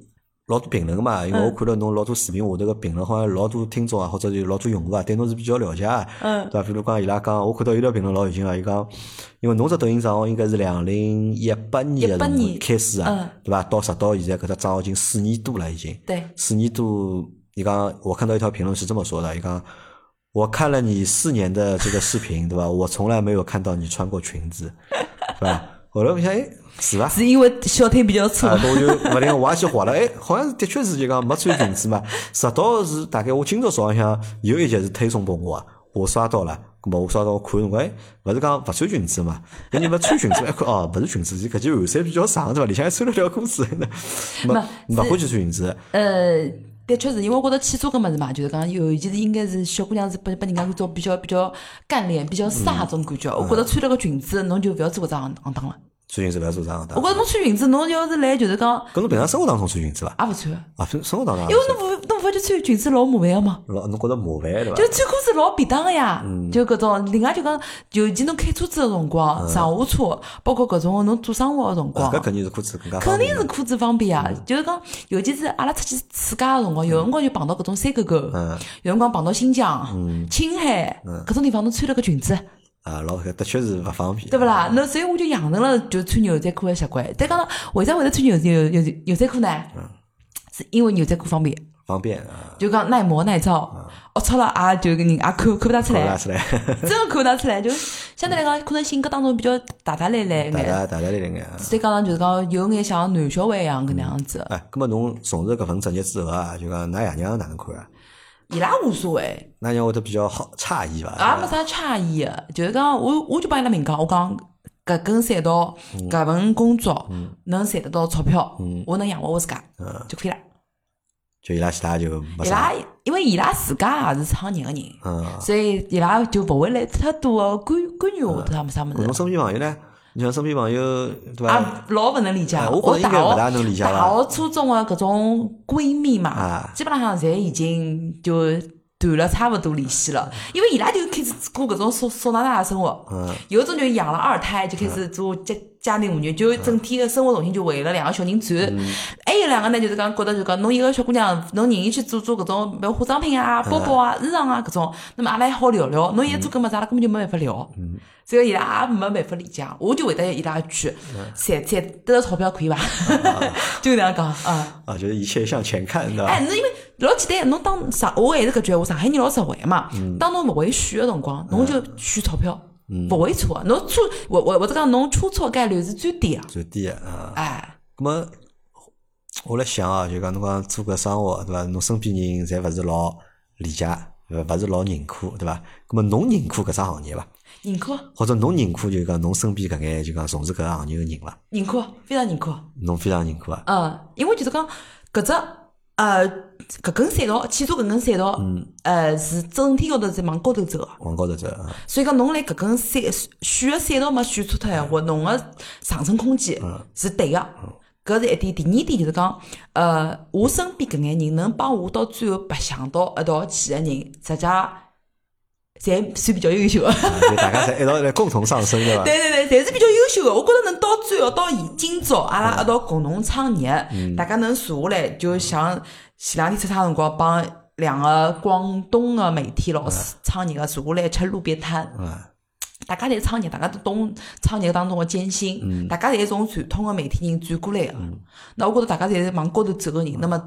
老多评论
嗯
嘛，因为我看了侬老多视频下头个评论，好像老多听众啊，或者就老多用户啊，对侬是比较了解啊，
嗯
对伐？比如讲伊拉讲，我看到有条评论老有劲啊，伊讲，因为侬只抖音账号应该是两零一八年的辰
18
光
年
开始
嗯
啊，对伐？到直到现在搿只账号已经四年多了，已经。
对，
四年多，你刚我看到一条评论是这么说的，你刚我看了你四年的这个视频，对吧？我从来没有看到你穿过裙子，是吧？后来我想，哎，是吧？
是因为小腿比较粗
啊，。搿我就勿灵，我也去划了。哎，好像是的确是就讲没穿裙子 嘛。直到是大概我今朝早浪向有一集是推送拨我啊，我刷到了。咁么我刷到我看辰光，哎，勿是讲勿穿裙子嘛？那你勿穿裙子，一 看哦，勿是裙子，是搿件汗衫比较长对伐？里向还穿了条裤子，没
没
勿欢喜穿裙子。
呃，的确是因为我觉着汽车搿物事嘛，就是讲，尤其是应该是小姑娘是拨拨人家感觉比较比较干练、比较飒种感觉。我觉着穿了个裙子，侬就勿要做搿只行行当了。
穿裙子勿要做啥行当
我觉。着侬穿裙子，侬要是来就是讲
搿侬平常生活当中穿裙子伐？
也勿穿，
啊，生生活当中也
因为
是，
侬勿侬勿去穿裙子老麻烦个嘛。
老侬觉着麻烦对伐
就？穿裤子老便当个呀，
嗯
就搿种。另外就讲，尤其侬开车子个辰光，上下车，包括搿种侬做生活个辰
啊嗯搿
光，
肯定是裤子更加
肯
方嗯
定
便。
是裤子方便啊。就是讲，尤其是阿拉出去自驾个辰
嗯
光，有辰光就碰到搿种山沟沟，有辰光碰到新
嗯
疆、青海搿种地方，侬穿了个裙子，
啊，老搿的确是勿方便。
对勿啦？那所以我就养成了就穿牛仔裤啊个习惯。再讲了，为啥会得穿牛牛牛牛仔裤呢？
嗯
是因为牛仔裤方便，
方便啊，
就讲耐磨耐
嗯
造，龌龊了也就人也看看不大出来
拉。出来。
真的看得出来，就相对来讲，可能性格当中比较大大咧咧一
大
眼。
大大大咧咧眼啊。
再加上就是讲有眼像男小孩一样搿能样子，
哎，葛么侬从事搿份职业之后啊，就讲㑚爷娘哪能看啊？
伊拉无所谓，
㑚娘会得比较好诧异伐？
也没啥诧异的。就是讲，我我就帮伊拉明讲，我讲搿根赛道
嗯
搿份工作能赚得到钞票，我能养活我自家就可以了。
嗯就伊拉其他就没
伊
啥。
拉因为伊拉自家也是创业个人，
嗯，
所以伊拉就勿会来太多个干干预我他们啥物
侬
事，
身边朋友呢？你像身边朋友对伐？
也老勿能理解。
哎我
啊
觉
我
着
大
应该勿大
学
能理解
大
伐？
学、初中的搿种闺蜜嘛，
啊
基本上侪已经就断了差勿多联系了，因为伊拉就开始过搿种索索奶奶的生活，
嗯
有种就养了二胎就开始做家家庭妇女，就整天的生活重心就围了两个小人转，还有两个呢就是讲觉得就讲侬一个小姑娘，侬愿意去做做搿种比如化妆品啊、包包啊、衣裳啊搿种，那么阿拉还好聊聊，侬一做搿么子阿拉根本就没办法聊，所以伊拉也没办法理解，我就回答伊拉一句，赚赚得到钞票可以伐？ 就搿能样讲啊。
啊，就是一切向前看，对伐？
哎，侬因为老简单，侬当上我还是搿句闲话，上海人老实惠嘛。当侬勿会选个辰光，侬就选钞票，勿会错的。侬错，我我我只讲侬出错概率是最低的。
最低啊。
哎，
葛么我辣想啊，就讲侬讲做搿生活对伐？侬身边人侪勿是老理解，勿勿是老认可对伐？葛么侬认可搿只行业伐？
认可
或者侬认可就是讲侬身边搿眼就讲从事搿行业个人伐？
认可，非常认可。
侬非常认可啊？
嗯，因为就是讲搿只呃搿根赛道，汽车搿根赛道，呃是整体高头在往高头走个。
往高头走啊，
所以讲，侬辣搿根赛选个赛道没选错脱闲话，侬个上升空间是对个。搿是一点，第二点就是讲，呃，我身边搿眼人能帮我到最后白相到一道去个人，实际侪算比较优秀个。
啊就大家侪一道来共同上升对伐？
对对对，侪是比较优秀的。我觉着能到最后到现今朝，阿拉一道共同创业，大家能坐下来，就像前两天出差辰光帮两个广东的媒体老师创业个，坐下来吃路边摊。
啊，
大家侪创业，大家都懂创业当中的艰辛，大家侪是从传统的媒体人转过来的。那我觉着大家侪是往高头走个人，那么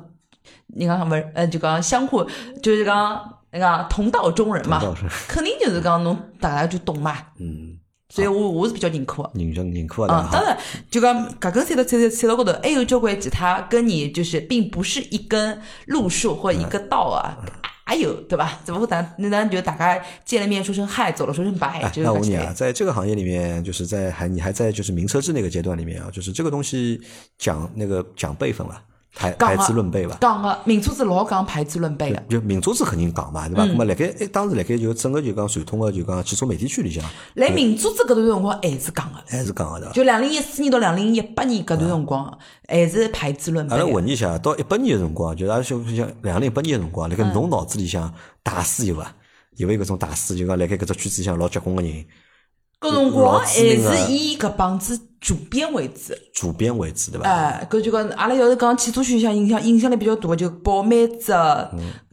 人家讲勿是，呃，就讲相互就是讲那个同道中人嘛
同道中人，
肯定就是讲侬大家就懂嘛。
嗯，
所以我我是比较认可的。
认真认可啊，
嗯，
好
当然，就讲搿根赛道赛道赛道高头还有交关其他跟你就是并不是一根路数或一个道啊，还有对吧？只不过咱那咱就大家见了面说声嗨，走了说声拜，
哎，
就是
那我
感
问你
觉
啊，在这个行业里面，就是在还你还在就是名车制那个阶段里面啊，就是这个东西讲那个讲辈分吧，台
讲
台
啊
资论辈吧。
讲个民车子老讲嗯排资论辈个，
就明珠是肯定讲嘛，对吧？那么辣盖哎当时辣盖就整个就讲传统的就讲汽车媒体圈里向，
来民车子搿段辰光还是讲个，
还是讲的对吧。
就两零一四年到两零一八年搿段辰光啊还是排资论辈
阿拉
个。
问你一下，到一八年的辰光，就是阿拉想想两零一八年的辰
嗯
光，辣盖侬脑子里向大师有伐？有没有搿种大师就讲辣盖搿只圈子里向老结棍个人，
搿辰光
老
还
知名的
是以搿帮子主编为主。
主编为主，对伐？
哎，搿就讲，阿拉要是讲汽车选项影响影响力比较大的，就报每只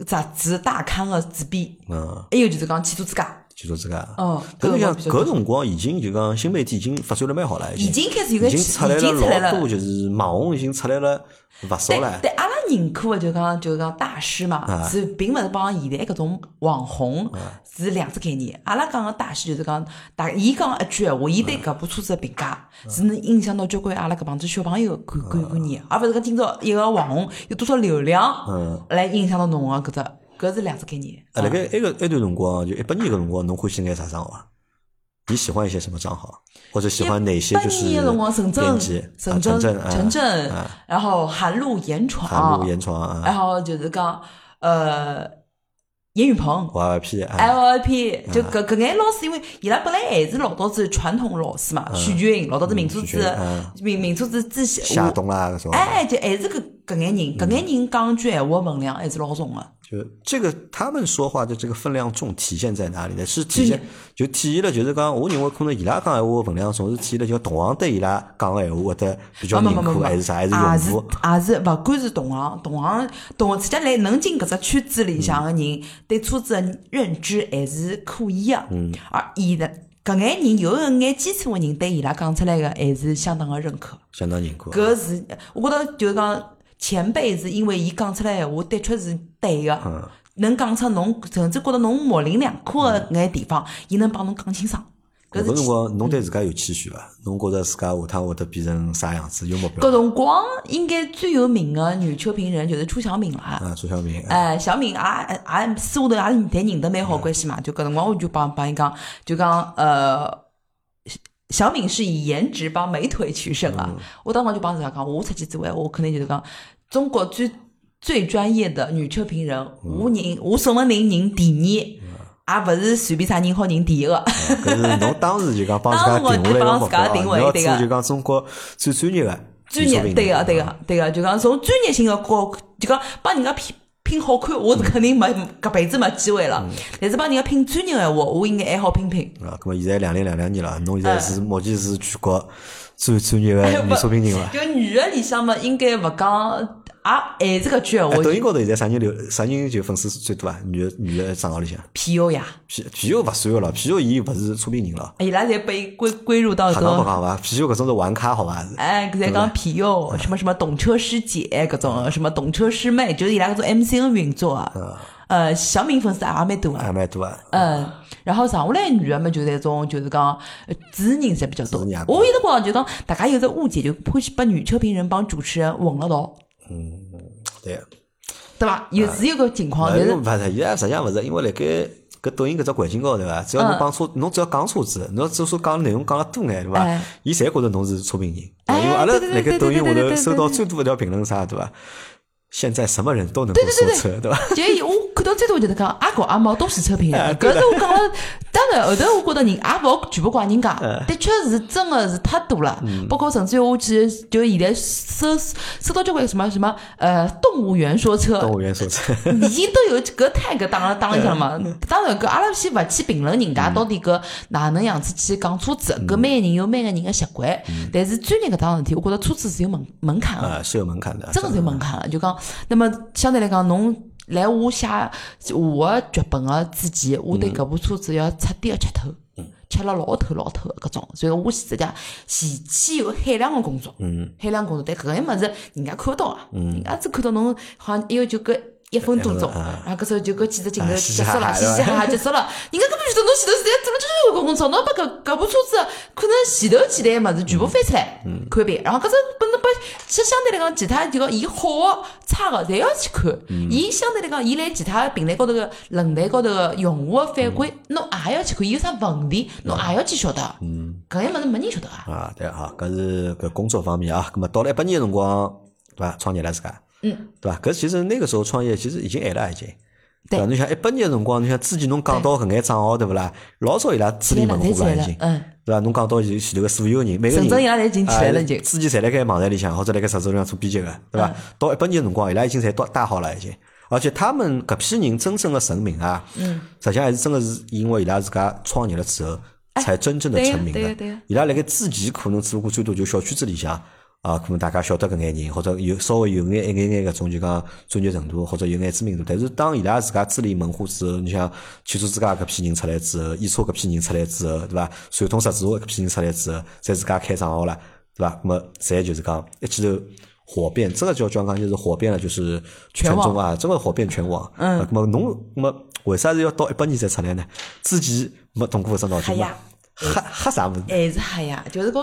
杂志大刊的主编，
嗯，
还有就是讲汽车之家，
就说这个。
哦
搿就像
搿个我
搿辰光已经就讲新媒体已经发展了蛮好了，
已经开始有
已
眼
经
已
出来
经出来
老
了
多，。就是网红已经出来了勿少
但
了。
但阿拉认可的就讲就是讲大师嘛，是并勿是帮现在搿种网红是两只概念。阿拉讲个大师就是讲，大伊讲一句闲话，伊对搿部车子的评价是能影响到交关阿拉搿帮子小朋友的观观观念，而勿是讲今朝一个网红有多少流量来影响到侬个搿只，搿是两只概念。
啊，辣盖埃个埃段辰光，就一八年搿辰光，侬欢喜眼啥账号啊？你喜欢一些什么账号？或者喜欢哪些
八
就是
年的辰光，沈
编
正、
辑啊
沈
陈正、啊
陈正，然后韩露、严
韩露、
闯，
言传啊
然后就是讲呃严雨鹏。
，YYP 啊，
L I P 就搿搿眼老师，因为伊拉本来还是老早子传统老师嘛，许军老早子民族
啊许军
子
啊
民民族子之前，
夏
我
冬啦搿种。
哎就还是搿搿眼人，搿眼人讲句闲话分量还是老重个。
就这个他们说话的这个分量重体现在哪里呢？是体现就体现了，就是讲我认为可能伊拉讲闲话的分量，总是体现了就同行对伊拉讲的闲话会得比较
啊没
认
没没
可，
没，
还是啥，还
也
是用户。
也是勿管是同行，同行同直接来能进搿只圈子里向个
嗯
人，对车子的认知还是可以个。嗯，而伊的搿眼人有一眼基础个人，对伊拉讲出来个还是相当个认可。
相当认可。
搿是我觉着就是讲前辈是因为伊讲出来闲话的确是对个。能讲出侬甚至觉着侬模棱两可个搿眼地方，伊能帮侬讲清爽。搿
搿
是
辰光侬对自家有期许伐？侬觉着自家下趟会得变成啥样子？有目标
搿
伐
辰光应该最有名个女秋萍人就是朱晓敏了。
啊？朱晓明啊
哎，小敏也啊也也私下头也侪认得蛮好关系嘛，就搿辰光我就帮帮伊讲，就讲呃。小敏是以颜值帮美腿取胜啊！我当时就帮自家讲，我出去之外，我肯定就是讲中国最最专业的女车评人，我认我沈文玲认第二，也勿是随便啥人好认第一个。
搿是侬当时就讲帮自家定下来一个目标啊，侬要做就讲中国最专业的
专业对
个
个对个对个，就讲从专业性个高，就讲帮人家拼拼好看，我是肯定没搿辈子没机会了。但是帮人家拼专业个闲话，我应该还好拼拼。
啊。咁么现在两零两两年了，侬
嗯
现在是目前是全国最专 业
哎
的女车评人伐？
就女个里向嘛，应该勿讲，啊也还是搿句闲话
哎，抖音高头现在啥人流啥人就粉丝最多啊？女的女的账号里啊向
皮尤呀，哎
皮皮尤勿算个了，皮尤伊勿是车评人了，
伊拉侪被归归入到搿
瞎讲不
种。
讲伐？皮尤搿种是玩咖好伐？
哎，搿侪讲皮尤，什么什么懂车师姐，搿
嗯
种什么懂车师妹，就是伊拉搿种 MCN 运作啊。呃，小敏粉丝也蛮多啊。
还蛮多啊。
嗯，然后上下来女的嘛，就是那种就是讲呃主持人侪比较多
主持人也。多
我有辰光就讲，大家有只误解，就欢喜把女车评人帮主持人混了道，
对，
对伐？有是有个情况，
呃
啊但是
勿是，现在实际上勿是，因为辣盖搿抖音搿只环境高头啊，只要
嗯
侬帮车，侬只要讲车子，侬只说讲内容讲了多眼，对伐
哎？
伊侪觉着侬是车评人，对伐
哎
因为阿拉
对对对
辣盖
对
抖
对
音下
对对
头
对
收
对
到
对
最多一条评论是啥，对伐？现在什么人都能够说车，对伐？
就我看到最多就是讲阿狗阿猫都是车评
哎
人，
对
搿
的
是我讲了。当然后头我觉得人也勿好全部怪人家，
呃
的确是真的是太多了。
嗯
包括甚至于我去就现在搜搜到交关什么什么呃动物园说车，
动物园说车，
已经都有搿 tag 打了打了向 嘛。
嗯
当然搿阿拉先勿去评论人家到底搿哪能样子去讲车子，
嗯
搿每个人有每个人个习惯。但是专业搿桩事体，我觉得车子是有门门槛个。
呃，是有门槛的，
真个是有门槛了。就讲，那么相对来讲，侬来我写我个剧本个之前，我对搿部车子要彻底个吃透，吃了老透老透个搿种。所以我实际上前期有海量个工作，海量工作，但搿眼物事人家看到啊，人家只看到侬好像还有就搿。一分多钟，然后搿时候就搿几只镜头
啊
结
嘻嘻
束
哈哈
了，嘻嘻哈哈结束啊了。人家根本就得侬前头实在做了交交关工作，侬把搿搿部车子可能前头几台物事全部翻出来看一遍，然后搿只本能把其实相对来讲，其他就讲伊好啊个、差个，侪要去看。伊相对来讲，伊辣其他平台高头个论坛高头个用户个反馈，侬也要去看，伊有啥问题，侬也要去晓得。搿样物事没人晓得啊。
啊，对啊，搿是搿工作方面啊。葛末到了一八年的辰光，对伐？创业了自家，
嗯，
对伐？搿其实那个时候创业其实已经晚了，已经。
对
伐？侬想一八年的辰光，侬想之前侬讲到搿眼账号对勿啦？老早伊拉处理门
侪
户
起
了
来
已
了
经，，
嗯，
对伐？侬讲到前前头个所有人，每个人
甚至伊拉侪已经起来了已经嗯
啊之前侪辣盖网站里向或者辣盖啥子里向做编辑个，对伐？到一八年的辰光，伊拉已经侪到带好了已经。而且他们搿批人真正的成名啊，嗯，实际上还是真的是因为伊拉自家创业了之后，才真正的
哎对呀
成名
对呀
的
对呀。
伊拉辣盖之前可能只不过最多就小圈子里向啊，可能大家晓得搿眼人，或者有稍微有眼一眼眼搿种就讲专业程度或者有眼知名度。但是当伊拉自家自立门户之后，你想汽车之家搿批人出来之后，，E 易车搿批人出来之后，对伐？传统十字路搿批人出来之后，再自家开账号了，对伐？那么侪就是讲一记头。火遍，这个叫叫讲就是火遍了，就是全中啊，这个火遍全网。嗯，那么侬，那么为啥是要到一八年才出来呢？之前没动过搿只脑筋
哎
吗
呀？
黑黑啥物事？
还哎是黑呀，就是讲，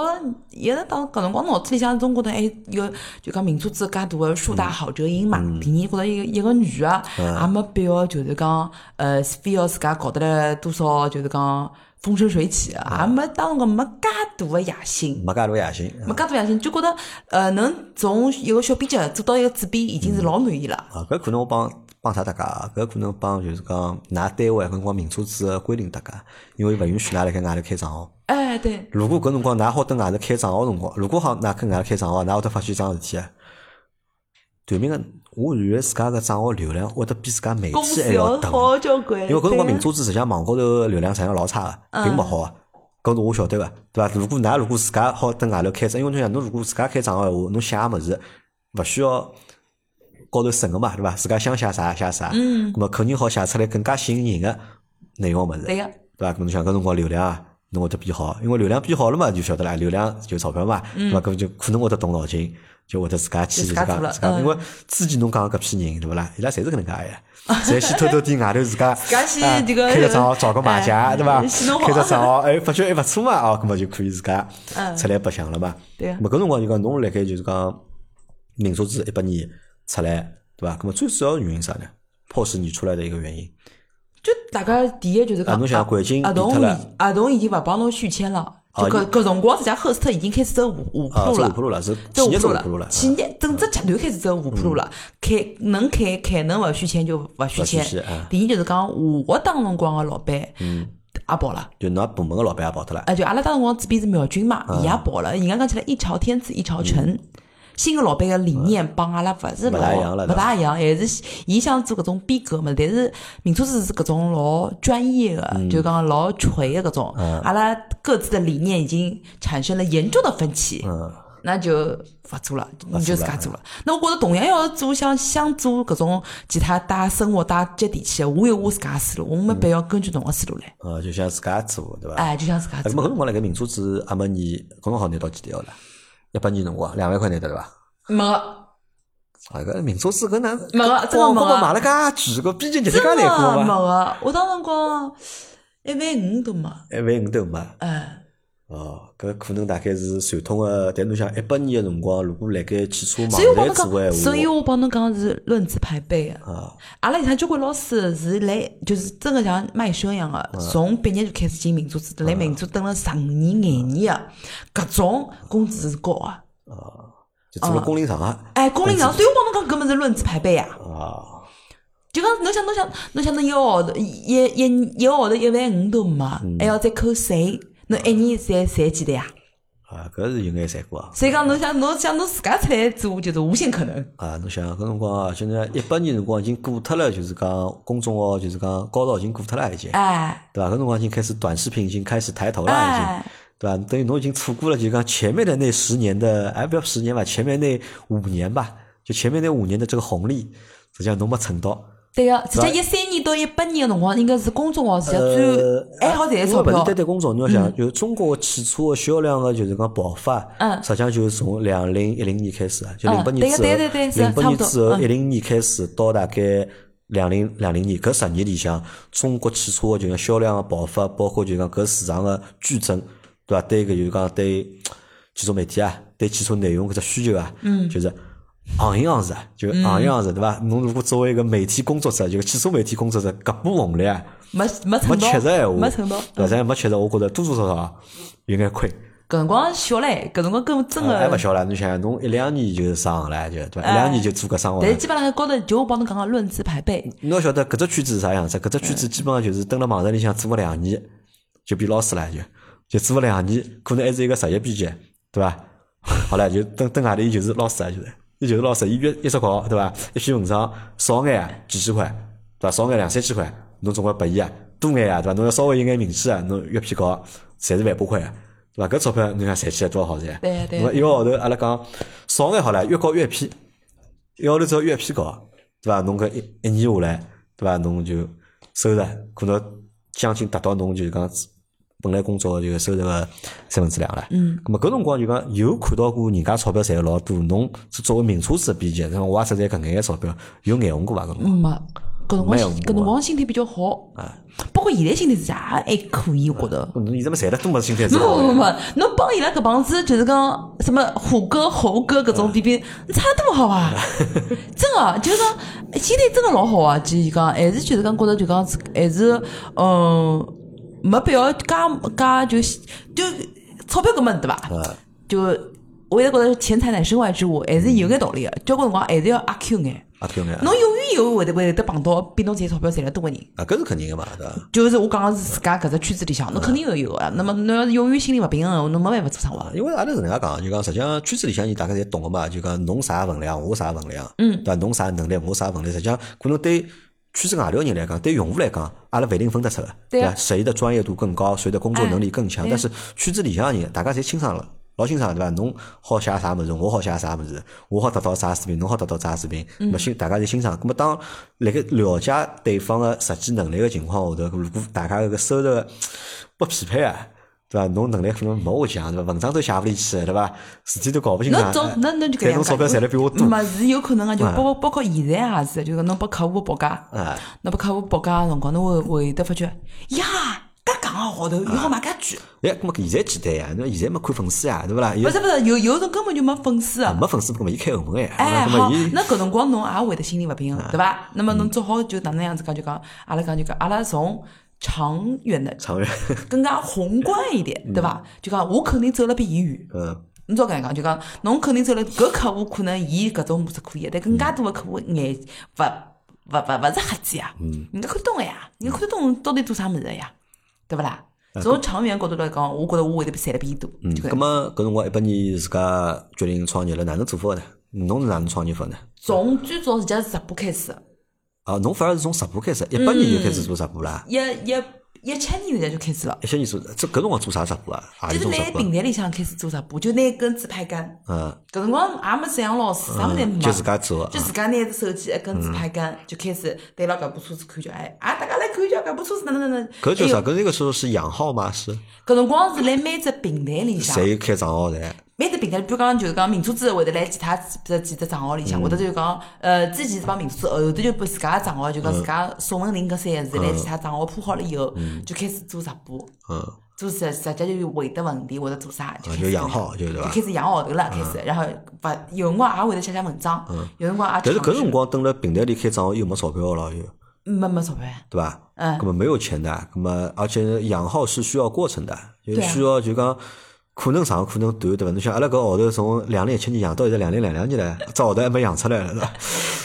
一直当搿辰光脑子里想，总觉得还哎有就讲民族志介大个树大好折腰嘛。
嗯
第二，觉得一个一个女个也没必要，就是讲呃，非要自家搞得来多少，就是讲风生水起
啊
的，也没当个没介大个野心。
没介大野心。
没介大野心，就觉得呃，能从一个小编辑做到一个主编，已经是老满意了。
啊，搿可能我帮帮啥大家啊？搿可能帮就是讲，㑚单位搿辰光名车子的规定大家，因为勿允许㑚辣盖外头开账号。
哎，对，
如果搿辰光㑚好等外头开账号辰光，如果好㑚跟外头开账号，啊㑚会得发现一桩事体啊。短命个，我原来自家个账号流量会得比自家煤
功
气还要
效
大。
好交关。
哎因为搿辰光
对
明
啊嗯
珠子实际上网高头流量实际上老差个，并勿好个。搿是我晓得个，对伐？如果㑚如果自家好登外头开只，因为侬想侬如果自家开账号闲话，侬写个物事勿需要高头审个嘛，对伐？自家想写啥写啥，嗯，咾么肯定好写出来更加吸引人个内容物事，对
对个
伐？咾么侬想搿辰光流量啊，侬会得变好，因为流量变好了嘛，就晓得啦，流量就钞票嘛，对伐？搿就可能会得动脑筋，就会得自家去
嗯
自
就自
家
家做了
自家，
嗯
因为之前侬讲个搿批人对勿啦？伊拉侪是搿能介 个，侪先偷偷点外头自家。
自家
啊
先这个
开个账号找个买家，
哎
对伐？
先弄好
开个账号，哎，发觉还勿错嘛，哦，搿么就可以自家出来白相了嘛。
嗯对啊
咾搿辰光就讲侬辣盖就是讲民族志一八年哎出来，对伐？搿么最主要的原因啥呢？迫使你出来的一个原因，
就大家第一就是
啊
讲，
侬想环境
合
变
同
脱了
已合同已经勿帮侬续签了，就
啊
搿搿辰光自家 host 已经开始走下下
啊，
坡
走
路
下坡路
了。
了，是
走
企业
下
走
坡
下坡路了，
了，
啊
企业整只集团开始走下坡路了，开能开开能勿续签就勿续
勿续
签
签啊。嗯
第二就是讲，我当辰光个老板也跑了，
就㑚部门个老板也跑脱了，
啊，就阿拉当辰光主编是苗军嘛，
嗯
伊也跑了。人家讲起来一朝天子一朝臣，新个老板个理念帮阿拉勿是
不
老
大一样了
勿
对吧
大一样，还是伊想做搿种逼格嘛。但是民族是是搿种老专业个，
嗯
就讲老锤个搿种，阿拉各自的理念已经产生了严重的分歧。
嗯，
那就勿做了，你就自家
嗯
做了。那我觉着同样要做像想做搿种其他带生活带接地气的，我有我自家的思路，我没
嗯
必要根据侬个思路来。
呃，就想自家做，对伐？
哎，就想自家
啊，
做
搿。么搿辰光辣盖民族志阿么你搿辰光好拿到几钿号啦？一八年辰光啊两万块拿到对伐？
没个。
啊，搿民族志搿哪
没个真
广
个没
告
个
买了介贵，搿编辑日
真
家
个
来过
没啊
伐？
个，我当辰光一万五都没，
哎一万五都没，
哎，
哦，搿可能大概是传统个，但侬想一八年个辰光，如果辣盖汽车
所以我帮
网
侬
站做个
讲，所以
闲话，
我帮侬讲是论资排辈个。
啊，
阿拉以前交关老师是来，就是真个像卖血一样个，从毕业就开始进民族制度，来民族蹲了十五年、廿年个，搿种工资是高个。
就做了工龄长啊，
哎，工龄长，所以我帮侬讲，搿么是论资排辈啊。
啊，
就讲侬想侬想侬想侬一个号头一一一个号头一万五都没，还要再扣税，侬一年才赚几钿啊？
啊，搿是有眼残酷啊。
所以讲侬想侬想侬自家出来做就是无限可能。
啊，侬想搿辰光啊，现在一八年辰光已经过脱了，就是讲公众号，就是讲高潮已经过脱了，已经，
哎，
对伐？搿辰光已经开始短视频已经开始抬头了，已经，
哎
对伐？等于侬已经错过了，就是讲前面的那十年的，哎，不要十年吧，前面那五年吧，就前面那五年的这个红利，实际上侬没蹭到。
对个，实际一三年到一八年个辰光，应该是公众号实际上
呃啊
最，还哎好赚
因为
钞
勿是
票
单。单公众，侬要想，就是中国的汽车的销量的，就是讲爆发，
嗯
实际上就是从两零一零年开始啊，就零
嗯
八年之后，
对对对对是
零八
差
年
不多
之后，
嗯
一零年开始到大概两零两零年，搿十年里向，中国汽车的就讲销量的爆发，包括就讲搿市场的剧增，对伐？对搿就是讲对汽车媒体啊，对汽车内容搿只需求啊，嗯，就是。行业行市啊，就
嗯
行业行市对伐？侬如果作为一个媒体工作者，就汽车媒体工作者，搿波红利啊，
没没
没
蹭
吃着闲
到，
话，
没蹭到。
对，咱也没吃着，我觉着多多少少啊有眼亏。
搿辰光小嘞，搿辰光根本真
啊还勿
个，
小了，侬想想，侬一两年就上行了，就对伐？
哎
一两年就做搿生活
但是
了。
基本上高头就我帮侬讲讲论资排辈，
侬要晓得搿只圈子是啥样子？搿只圈
嗯
子基本上就是蹲辣网站里向做个两年，就变老师了，就就做个两年，可能还是一个实习编辑，对伐？ 好了，就蹲蹲外头，伊就是老师啊，就是伊就是老师，伊月一只考对伐？一篇文章少眼啊几千块，对伐？少眼啊两三千块，侬总归拨伊啊，多眼啊，对伐？侬要稍微有眼名气啊，侬月批搞侪是万把块啊，对伐？搿钞票侬想赚起来多少好赚啊？
对对
那么一个号头，阿拉讲少眼好了，越搞越批，一个号头只要月批搞，对伐？侬搿一一年下来，对伐？侬就收入可能将近达到侬就是讲本来工作就收入个三分之两了。嗯。咁么搿辰光就讲有看到过人家钞票赚得老多，侬是作为名车子的编辑，像我也只赚搿眼钞票，有眼红过伐？搿辰光
没。搿辰光
没有啊
搿辰光心态比较好，包括现在心态是还还可以，我觉得。
侬现在么赚得多么心态是
不
好
不不
的。
不，侬帮伊拉搿帮子就是讲什么虎哥、猴哥搿种比比，你差多好啊！真个就是讲心态真的老好啊，就是讲还是就是讲觉得就讲是还是嗯，没必要加加就是就钞票搿么对伐？
啊
就我现在觉得钱财乃身外之物，还是有眼道理个。交关辰光还是要阿 Q 眼，
啊，对眼啊
侬，永远有会得会得碰到比侬赚钞票赚得多个人。
啊，搿是肯定个嘛，对伐？
就是我讲的是自家搿只圈子里向，侬
嗯
肯定要有啊。那么侬要是永远心里勿平衡，侬没办法做生活。
啊因为阿拉是搿能介讲，就讲实际上圈子里向人大家侪懂个嘛，就讲侬啥分量，我啥分量，嗯，对伐？侬啥能力，我啥能力，实际上可能对圈子外头个人来讲，对用户来讲，阿拉勿一定分得出个，
对
对
啊
伐？谁的专业度更高，谁的工作能力更强，
哎
但是圈子里向个人，大家侪清爽了。老清爽对伐？侬好写啥物事，我好写啥物事，我好得到啥水平，侬好得到啥水平，
嗯
那么欣大家侪欣赏。那么当辣盖了解对方个实际能力个情况下头，如果大家搿个收入个不匹配啊，对伐？侬能力可能没我强对伐？文章都写勿里去啊对伐？事体都搞勿清爽
侬。总侬侬就
哎
搿
但
样嗯
侬钞票赚得比我多哎
嘛是有可能啊个，就包括包括现在也是，就是侬拨客户报价，
啊！
侬拨客户报价个辰光，侬会会得发觉呀，搿讲个号头，伊好买搿句，
哎，那么现在简单呀，侬现在没看粉丝啊呀，对勿啦？
勿
现
是
在
勿是，有有种根本就没粉丝个。
没粉丝，搿么伊开后门呀，
哎，
搿么
好
伊，哎嗯
那搿辰光侬也会得心里勿平衡，对伐？那么侬只好就哪能样子讲，就讲阿拉讲就讲，阿拉从长远的、
长远，
更加宏观一点，对伐？就讲我肯定走了比伊远。
嗯，
侬照搿样讲，就讲侬肯定走了搿客户，可能伊搿种模式可以，但更加多的客户眼勿勿勿勿是瞎子呀，人家看得懂个呀，人家看得懂到底做啥物事个呀，对勿啦？从长远角度来讲，我觉着我会得比赚得比伊多，就
咁
搿样。
么搿辰光一八年自家决定创业了，哪能做法呢？侬是哪能创业法呢？
从最早人家是直播开始，
啊，侬反而是从直播开始，一
嗯
八年就开始做直播啦。
一一一七年人家就开始了，
一些年做，这搿辰光做啥直播啊？何
就
里
是
种
辣
直播
平？台里向开始做直播，就拿一根自拍杆，
嗯，
搿辰光也没摄像老师，啥物事也没。
就自家做啊
就。自家拿只手机一根自拍杆，就开始对牢搿部车子看叫，哎，啊，大家来看叫搿部车子哪能哪能。
搿叫
哎
啥？
呦？
搿是一个说是养号吗？是
搿辰光是辣每只平台里向，
谁开账号的？
每只平台，比如讲就是讲名车子会得来其他几只几只账号里
嗯
向，或者就是讲呃之前是帮名车子，后头就把自家的账号就讲自家宋文林搿三个字来其他账号铺好了以后，就开始做直播。
嗯，
做实实际就会得问题，会得做啥，就
啊
开
就
始
养好就嗯对
就
伐
开始养号头了，开始，然后把有辰光也会得写写文章，有辰光也
嗯但是搿
尝试
辰光蹲辣平台里开账号又没钞票了，又
没没钞票呀，
对伐？
嗯
那么没有钱的，那么而且养号是需要过程的，就
对啊
需要就讲可能长可能短，对伐？侬像阿拉搿号头从两零一七年养到现在两零两两年了，只号头还没养出来了，是伐？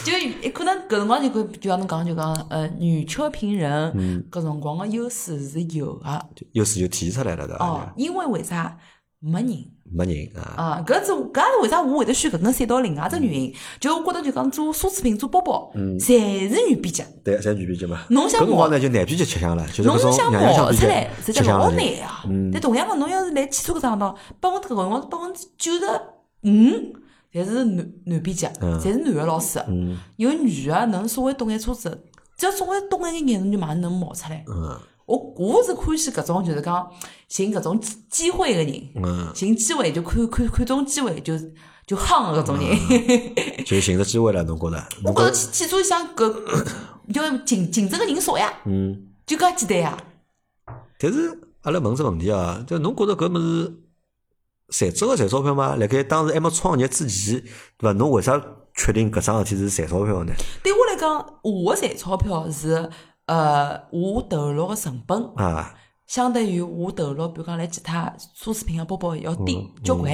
就可能搿辰光就会就像侬讲就讲，呃，女车评
嗯
人搿辰光个优势是有个，
优势就体现出来了，对
哦
伐？，
因为为啥没人？
没人啊，
啊，搿是搿也是为啥我会得选搿根赛道另外只原
嗯
因，就我觉得就讲做奢侈品、做包包，侪是女编辑。
对，侪女编辑嘛。
侬
嗯
想
搿辰光
冒，
呢就男编辑吃香了，就是
侬
搿种
想
娘娘
冒
腔
出
编
来，
辑吃
实际
香嗯
老
了。
难啊。但同样个，侬要是来汽车搿只行当，百分之搿辰光百分之九十五。嗯侪是男男编辑，
嗯
侪是男个老师，有女个能稍微懂眼车子，只要稍微懂一眼眼，侬就马上能冒出来。
嗯
我我是欢喜搿种，就是讲寻搿种机机会个人，
嗯，
寻机会就看看看中机会就就夯个搿种人。
就寻着机会了，侬觉着？
嗯我
侬觉
觉 着
着？
汽汽车像搿，就竞竞争个人少呀，
嗯，
就搿简单呀。
但是阿拉问只问题啊，就侬觉着搿物事赚值个赚钞票吗？辣盖当时还没创业之前，对伐？侬为啥确定搿桩事体是赚钞票呢？
对我来讲，我赚钞票是呃我投入个成本，
啊，
相对于我投入，比如讲来其他奢侈品个啊包包要低交关，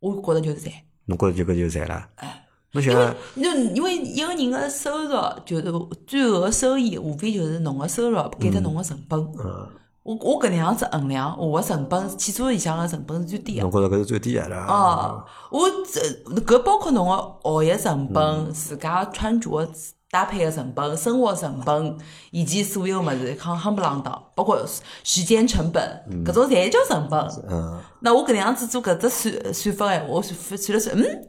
我觉着就是赚。
侬觉着就搿就赚了？
呃
侬想
因为
啊，
就因为一个人个收入，就是最后个收益，无非就是侬个收入减掉侬个成本。
嗯，
我我搿能样子衡量，我个成本汽车里向个成本是最低个
侬。觉着搿是最低啊个了？
哦，我这搿包括侬个学习成本、自家穿着的搭配个成本、生活成本，以及所有物事，夯夯不啷当，包括时间成本，搿种侪叫成本。
嗯，
那我搿能样子做搿只算算法个闲话，我算算了算，嗯，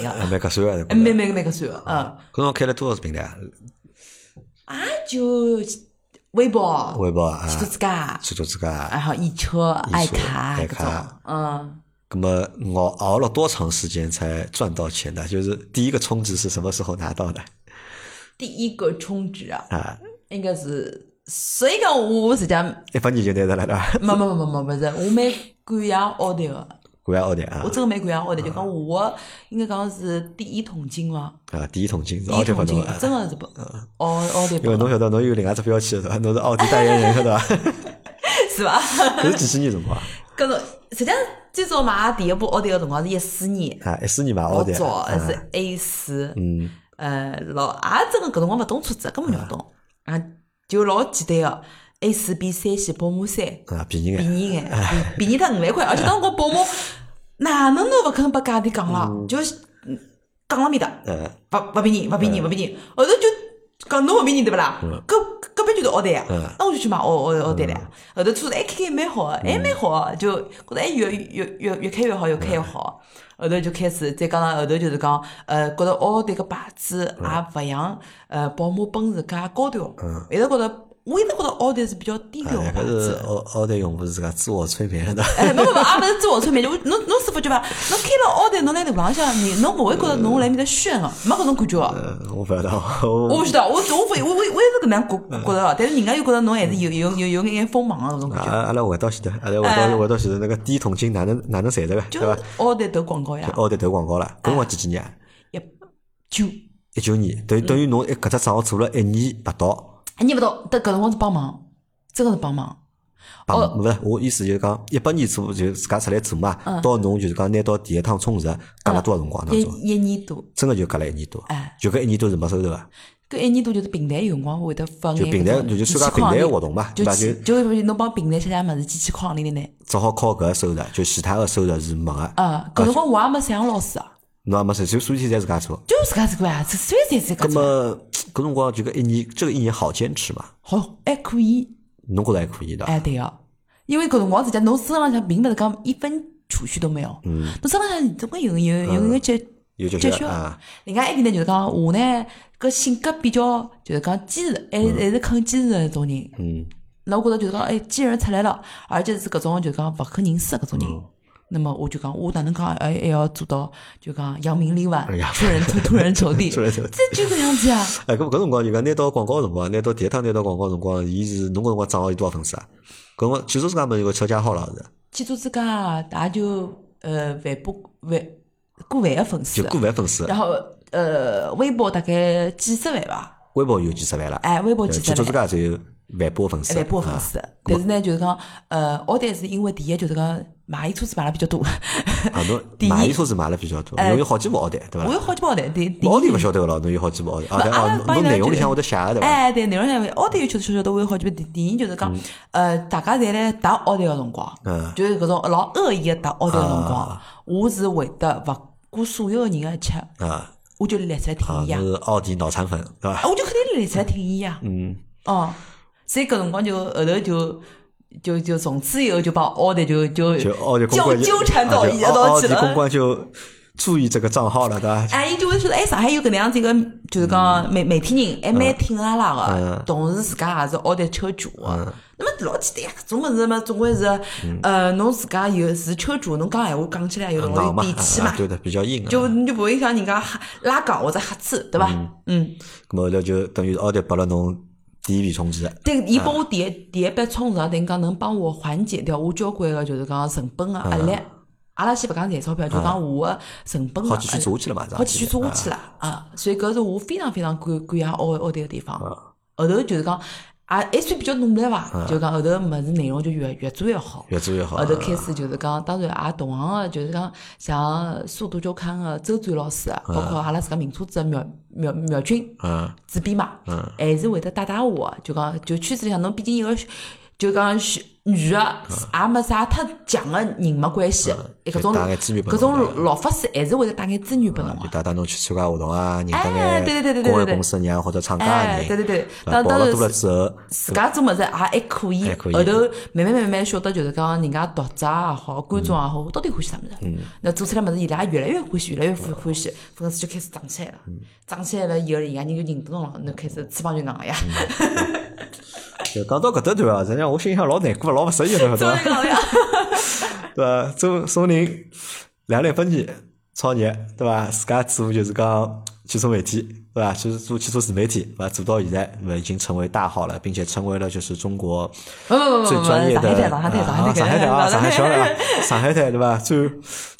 个，
还蛮合算个。
哎蛮蛮蛮个算个，嗯，
搿辰光开了多少只平台啊？
也就微博、
微博啊，
汽车之家，
最多自啊家。
然后易车、爱卡
爱
搿种
卡，
嗯。
那么熬熬了多长时间才赚到钱呢？就是第一个充值是什么时候拿到的？
第一个充值啊，
啊，
应该是，所以讲我我实际上
一八年就拿到了，对伐？
没没没没没是，我蛮感谢奥迪个，
管要学点啊
我。真个蛮感谢奥迪，就讲我应该讲是第一桶金伐，
啊，第一桶金是
第
奥
一
迪
桶
拨
金
侬啊，
真个是不，奥奥迪
因为
不
侬晓得侬有另外只标签是伐？侬是奥迪代言人是 伐？
是伐？
搿是几几年辰光啊？
搿种实际上最早买第一部奥迪个辰光是一四年，
啊，一四年买奥
老
迪啊，
早还
啊
是 A 四，
嗯
呃老也真个搿辰光勿懂车子，根本就勿懂，啊就老简单个 A 四比三系宝马三。
啊，便宜眼
便宜眼，便宜他五万块，而且当时我保姆哪能都勿肯把价钿讲了，就是嗯讲了面搭，
呃，
勿勿便宜，勿便宜，勿便宜，后头就讲侬勿便宜对勿啦？搿搿边就是奥迪啊，那我就去买奥奥奥迪了呀。后头车子还开开蛮好个，还蛮好个，就觉着哎越越越越开越好，越开越好。后头就开始，再加上后头就是讲，呃，觉着奥迪个牌子也勿像呃宝马、奔驰介高调，一直觉着我一直觉着奥迪是比较低调个
哎
牌
搿
子
是。奥奥迪用户自家自我催眠 的，
哎，没没没，也勿是自我催眠，就我侬侬是发觉伐？侬开了奥迪，侬来路浪向，你侬勿会觉着侬来面搭炫个，没搿种感觉个。
呃我勿晓得，
我
我
勿晓得，我我我我我我也是搿能样觉觉着个，但是人家又觉着侬还是有有有有眼眼锋芒个搿种
啊
感觉。
阿拉回到前头，阿拉回
哎
到回到前头那个第一桶金哪能哪能赚着个，对
就哎
伐？
奥迪投广告呀，
奥迪投广告了，搿辰光几几年啊？
一九
一九年，
嗯
等于等于侬一搿只账号做了一年不到，
一年勿到，但搿辰光是帮忙，真个是帮忙。哦
帮勿是我意思就是讲一八年做就自家出来做嘛，
嗯
到侬就是讲拿到第一趟充值，隔了多少辰光当
一
中？
一年多，
真个就隔了一年多
哎，
就搿一年多是没收入啊，
搿一年多就是平台有辰光会得发眼
就平台
搿种
就就
机
参加
器框
平台
里
活动嘛
就
对吧
机就比如侬帮平台写写物事，机器框里里呢。
只好靠搿个收入，就其他个收入是没个，
啊，搿辰光我也没上老师啊。
侬也没收，就所有天侪自家做。
就自家自个呀，这虽然自家
那
做，
么搿辰光就搿一年，这个一年好坚持嘛？
好还可以，
侬觉着还可以的，
哎对个，因为搿辰光自家侬身浪向并勿是讲一分储蓄都没有，侬身浪向总归有有有眼积
有就
积
是
蓄
啊，。
另外一点呢，就是讲我呢，搿性格比较就是讲坚持，还还是肯坚持的那种人。
嗯，
那我觉着就是讲，哎，既然出来了，而且是搿种就是讲勿可人事的搿种人，那么我就讲，我哪能讲，还还要做到，就讲扬名立万
哎呀，
出人头地，突人头地，
出人头地
这就搿样子啊。
哎，搿么搿辰光就讲拿到广告辰光，拿到第一趟拿到广告辰光，伊是侬搿辰光账号有多少粉丝啊？搿辰光汽车之家么有个车架号了是，
汽车之家也就呃万把万过万个粉丝啊
就，过万粉丝，啊
然后呃微博大概几十万吧，
微博有几十万了，
哎微博
呃
几
汽
十
车之
万。
家只有万把粉丝，
万把粉
啊
丝，但是呢，就是讲，呃，我但是因为第一就是讲买伊车子买了比较多，
啊，侬
第一
买一车子买了比较多，侬有好几部奥迪对伐
我？有好几部奥迪，第第一
奥迪勿晓得个咯，侬有好几部奥迪，啊
不
对
阿拉
啊，
帮
侬
伊拉
内容里
就
向会得写个对伐？
哎，对，内容上面奥迪有确实确实都会好几遍。第第一就是讲，呃，大家侪来打奥迪个辰光
嗯，
就是搿种老恶意个打奥迪个辰光
啊，
我是会得勿顾所有个人个一切，
啊
我就立出来
啊，
挺伊呀，
侬是奥迪脑残粉对伐？
哎我就肯定立出来挺伊呀。
嗯，
哦，所以搿辰光就后头就。就就从此以后就把奥迪就就
就奥迪公
纠
关就
纠缠到
啊就
一
奥
道
奥
去
迪公
了。
关就注意这个账号了对伐？
哎，伊就会说，哎，上海有搿能样子一个，就是讲媒媒体人，还哎蛮挺阿拉
嗯
个，同时自家也是奥迪车主个
嗯。
那么老简单呀，搿种物事嘛，总归是，呃，侬自家有是车主，侬讲闲话讲起来有辰
硬
光
嘛，
有底气
啊
嘛
啊，对的，比较硬啊。
就你就不会像人家哈拉杠或者瞎吹，对伐？嗯，
咁后头就等于是奥迪拨了侬第一笔冲击，
对，伊帮我
啊
第一第一笔冲撞，等于讲能帮我缓解掉我交关个就是讲成本个
啊
压力。阿拉先勿讲赚钞票，就讲我个成本个
好
压
继续
力。
做下去了嘛，这样
好继续做下去了啊！所以搿是我非常非常感感谢奥奥迪个地
啊
方。后头就是讲，也还算比较努力伐，就讲后头物事内容就越越做越好。
越做越好啊
后。头开始就是讲，当然也同行个，就是讲像《速度周刊》个周转老师啊，包括阿拉自家名车子个苗苗苗军
嗯
主编嘛，还是会得带带我的，就讲就圈子里向侬毕竟一个就讲是女个，也没啥太强个人脉关系，哎搿种
嗯就带眼资源拨侬
搿种
对伐
老法师还是会得带眼资源拨侬
就
个。
带带侬去参加活动啊，认得
哎对对
眼
对对对
公关
对
公司人啊或者厂家
哎，
人，
对对对，
啊
当
跑
当
了多了
然
之后，
自家做物事也还可以
还，可以
后头慢慢慢慢晓得，就是讲人家读者也好，观众也
嗯
好，到底欢喜啥物事？那做出来物事，伊拉越来越欢喜，越来越欢欢喜，粉丝就开始涨起来了。
嗯
涨起来了以后，人家人就认得侬了，侬开始翅膀就硬了呀，
嗯就讲到搿搭段啊，实际上我心里向老难过，老勿适意的，对
翅
伐？
膀就 硬了呀。
对伐？钟钟宁两两分钱创业，对伐？自家做就是讲汽车媒体，对伐？就是做汽车自媒体，对伐？做到现在，那已经成为大号了，并且成为了就是中国
不不不不
最
不，
专业
上海
的
台，哦上海台，
啊
上
上
海
海台
台
啊，上海 小
台
啊， 上海台对吧？最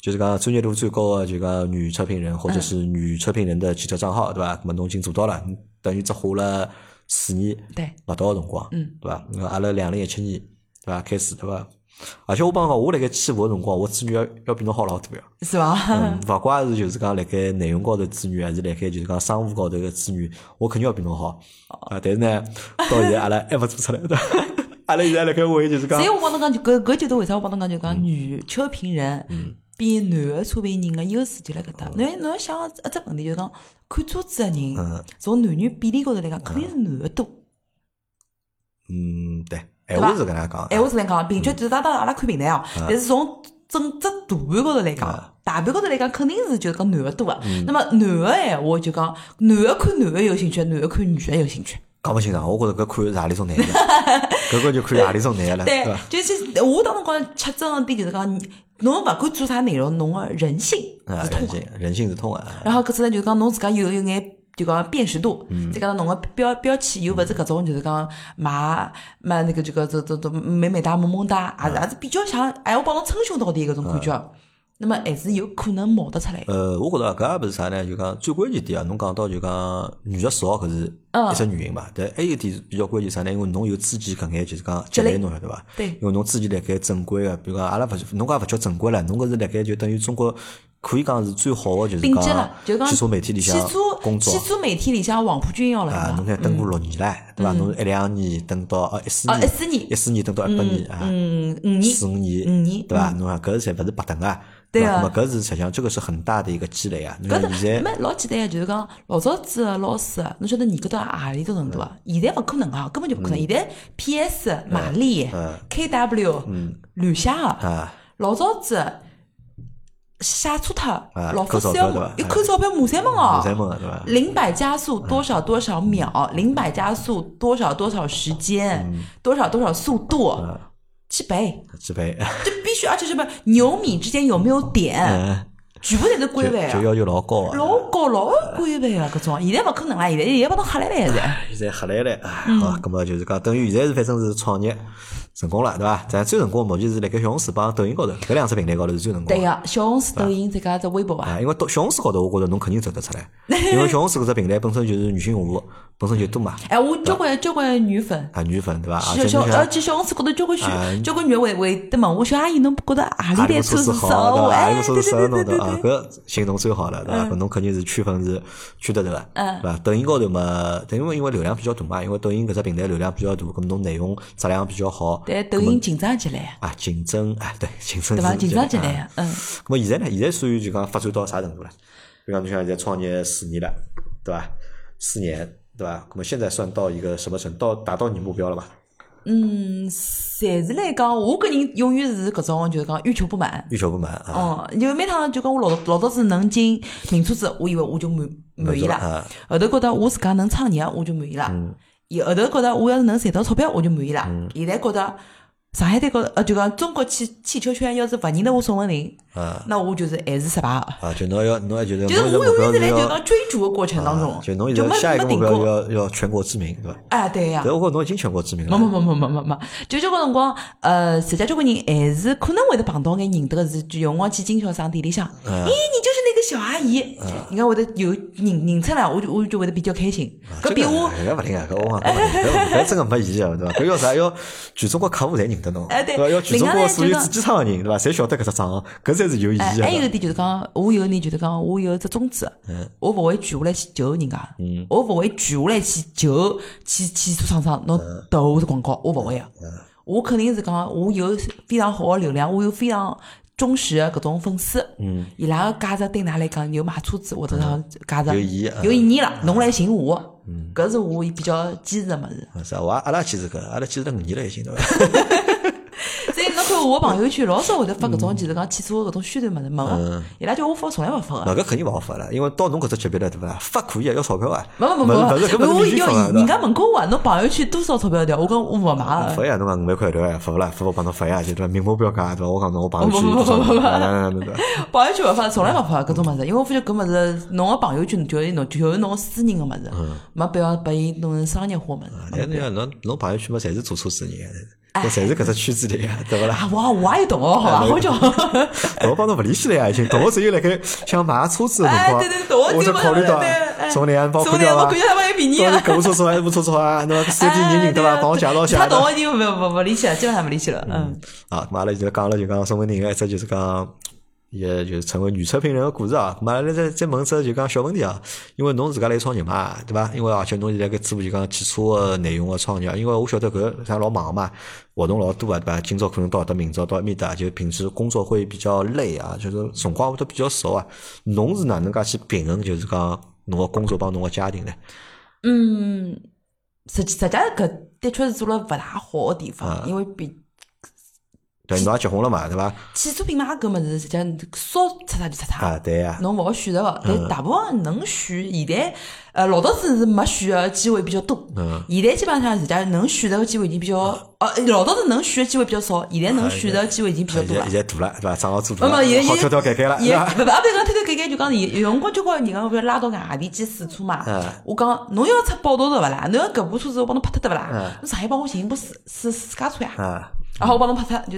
就是讲专业度最高的就讲女车评人或
嗯
者是女车评人的汽车账号对吧？那么侬已经做到了，等于只花了四年
对
勿到的辰光，
嗯，
对吧？那阿拉两零一七年对吧开始对吧？而且我帮侬讲，我辣盖起步个辰光，我资源要要比侬好老多呀。
是吧？
嗯，勿怪是就是讲辣盖内容高头资源，还是辣盖就是讲商务高头个资源，我肯定要比侬好
哦
啊。但是呢，到现在阿拉还勿做出来 的，阿拉现在辣盖为就是讲
所以。我帮侬讲，就搿搿就是为啥我帮侬讲，就讲女车评人比男个车评人个优势就辣搿搭。侬要侬要想一只问题，就是讲看车子个人，从男女比例高头来讲，肯定是男个多。
嗯，对，闲
对吧
话是搿能样讲的，
闲哎话是来讲，平均就是当当然阿拉看平台哦，但是从整只大盘高头来讲，大盘高头来讲，肯定是就是讲男个多个。啊那么男个闲话就讲，男个看男个有兴趣，男个看女个有兴趣。
讲勿清爽，我觉着搿看是何里种 男的，搿个就看何里种男的了，嗯对
对
伐？，
就是我当辰光吃真个点就是讲，侬勿管做啥内容，侬个人性
啊
是，通
人
的。
性人性是通啊，
然后搿次呢，就是讲侬自家有有眼。就讲辨识度，
嗯
再加上侬个标标签又勿是搿种，就是讲买买那个这个这这这美美哒、萌萌哒，
嗯
也是也是比较像，哎，我帮侬称兄道弟搿种感觉。那么还是有可能冒得出来。
呃，我觉着搿也勿是啥呢，就讲最关键点啊，侬讲到就讲女的少搿是
嗯
一只原因嘛，但还有一点比较关键啥呢？因为侬有自己搿眼就是讲积累侬晓得伐？
对
因为侬自己辣盖正规个，比如讲阿拉勿是侬讲勿叫正规了，侬搿是辣盖就等于中国可以讲是最好个就是
顶级了，就是
讲
讲
汽车媒体里向
汽车
工作
汽。车媒体里向黄埔军校了
啊，
嘛
侬，看等过六年唻，对伐？侬一两年等到哦一四
嗯哦
年，
14年
一四年等到一八年啊，
嗯，五年
四五年，
五年嗯
对伐？侬看搿侪勿是白等啊，
对
伐？
啊
那么搿是实际上这个是很大的一个积累啊。侬看
搿
现
是
在
没老简单啊个，就是讲老早子个老师啊，侬晓得严格到何里种程度
嗯
啊？现在勿可能啊，根本就勿可能。现在 PS、马力
嗯、
KW、乱写个，
啊，
老早子写错脱
啊，
老
扣钞
夫子
票
要
对伐
一看钞票骂三门哦
五。三嗯门对伐？
零百加速多少多少
嗯
秒，零百加速多少多少时间，多少多少速度，去背，
去背，
就必须，而且什么牛米之间有没有 点，
嗯，
全部侪是
就
关饭
就
啊，
要求老高啊。
老高老关饭啊，搿种现在勿可能啦，现在现在把侬吓来了现在。
现在黑来了，哎
嗯
好，咁么就是讲，等于现在是反正是创业成功了，对伐？咱最成功的目前是辣盖小红书帮抖音高头，搿两只平台高头是最成功的。
对呀，小红书、抖音再加只微博啊，
啊，因为到小红书高头，我觉着侬肯定走得出 来，因为小红书搿只平台本身就是女性用户本身就多嘛，
哎，我交关交关女粉。
啊，女粉对伐？啊，
小
再
小
加
而
上
且小红书高头交关
嗯
选交关女的会会得问我说阿姨侬觉得阿里
阿
台
里车
车
是
是
好
啥
对
哦？
伐？阿
哎
里，车
对
是适合
对对
侬
对
的啊
对，，嗯
搿行动最好了对伐？搿侬肯定是区分是区得对伐？对伐？抖音高头嘛，抖音因为流量比较大嘛，因为抖音搿只平台流量比较大，咁侬内容质量比较好，
但抖音紧张起来，
啊，竞争啊，对， 竞争
对伐？
是
紧张起
啊
来，嗯，
咁么现在呢？现在属于就讲发展到啥程度了？比方侬像现在创业四年了，对吧？四年，对吧？咁么现在算到一个什么程度？到达到你目标了吧？
嗯，暂时来讲，我个人永远是搿种就是讲欲求不满，
欲求不满啊，
哦，因为每趟就讲我老老早子能进名车子，我以为我就满满
满足了
意了
啊。
后头觉得我自家能创业，我就满意了。
嗯
也后头觉得我要是能赚到钞票，我就满意了。现在觉得上海滩高头，呃，就讲中国汽汽车圈要是勿认得我宋文龄，
啊
那我就是还是失败的。
啊，就侬要侬要就是
就是
侬
我
目
永
标
远在
是
来就
要，
讲追逐的过程当中
啊，就侬
就
现
没
在下一个
没
目
停
标
过。
要要全国知名，对吧？
哎，对呀、
但我觉着侬已经全国知名
没没
了，
没没没没没，就交关辰光，呃，实际交关人还是可能会得碰到眼认得个是，就有辰光去经销商店里
啊
向，咦，你就是那个小阿姨，人家会得有认认出来，我就我就会得比较开心，搿比我，
搿勿灵啊，搿我讲搿勿灵，搿搿真个没意义啊，对伐？搿要啥？要全中国客户侪认得侬，
哎
对
对
伐？要全中
另
国
外呢
所有
就是
主机厂个人，对伐？侪晓得搿只账，搿才是有意义
哎，
啊
还有一点就是讲，我有一点就是讲，我有一只宗旨，我勿会卷下来去求人家，我勿会卷下来去求去去做厂商，侬投我的广告，我勿会啊，我肯定是讲，我有非常好的流量，我有非常。忠实的搿种粉丝，嗯，伊拉个价值对㑚来讲有买车子或者讲价值
有意义啊
有嗯意义了，侬来寻我，搿是我比较坚持的物事。
啊是啊，我阿拉去是搿，阿拉去是五年了已经，对伐？
所以侬看我朋友圈老少会得发搿种，就是讲汽车搿种宣传物事，没个，伊拉叫我发，从来勿发啊个。
那搿肯定勿好发了，因为到侬搿只级别了，对伐？发可以啊，要钞票啊。
勿勿勿
勿是搿
勿，
勿
我
是免费发
要
啊
人
对
家
伐？
问过我，侬朋友圈多少钞票条？我讲 我勿买
发
个。
呀，侬讲五万块对伐？发勿啦？发我帮侬发呀，就对伐？明目标价对伐？我讲侬我朋友
不
圈
不
多少
不不不
来来来对伐？
朋友圈勿发，从来勿发搿种物事，因为我发觉搿物事，侬个朋友圈就是侬就是侬私人个物事，
嗯
没必要把伊弄成商业化物事。
但是讲侬侬朋友圈嘛，侪是做车子人，都侪是搿只圈子里啊，对勿啦？
啊，我我也有同学，好
哎
伐？好巧。
我帮侬勿联系了呀，已经。同学只有辣盖想买车 子的辰
哎，
光
对对，对，
我就
就
考虑到从两岸包
从
括
两
掉伐
包看？掉还便宜
到
啊
底。搿部车子还是部车子啊？侬三 D 人
哎
人对伐？帮我介绍一下。
他
对伐
同学已经勿勿勿联系了，基本上勿联系了。嗯，
啊，咁阿拉就讲了，就讲宋文玲，一只就是讲，也就是成为女车评人的故事啊。咁阿拉再再问只就讲小问题啊，因为侬自家来创业嘛，对伐？因为而且侬现在搿做就讲汽车的内容的创业，因为我晓得搿啥老忙嘛，活动老多啊，对伐？今朝可能到搿搭，明朝到埃面搭，啊就平时工作会比较累啊，就是辰光会得比较少啊。侬是哪能介去平衡，就是讲侬个工作帮侬个家庭呢？
嗯，实际实际搿的确是做了勿大好个地
嗯
方，因为比
对，侬也结婚了嘛，对伐？
汽车品牌搿物事，实际上烧出啥就出
啊，
啥，
对呀、
侬勿好选择个。但大部分能选，现在呃老早子是没选个机会比较多，现在基本上实际上能选择个机会已经比较，呃老早子能选个机会比较少，现在能选择个机会已经比较
现
多
在
了
现。在大了，对伐？长好做大
那么哎也
了，
也
好挑挑拣拣了，
也
对伐？
不不，阿不讲推推改改，就讲有有辰光交关人家不要拉到外地去试车嘛
嗯。
我讲侬要出报道对勿啦？侬要搿部车子我帮侬拍脱对勿啦？侬上海帮我寻部私私私家车呀，
啊。
然后我帮侬拍脱，就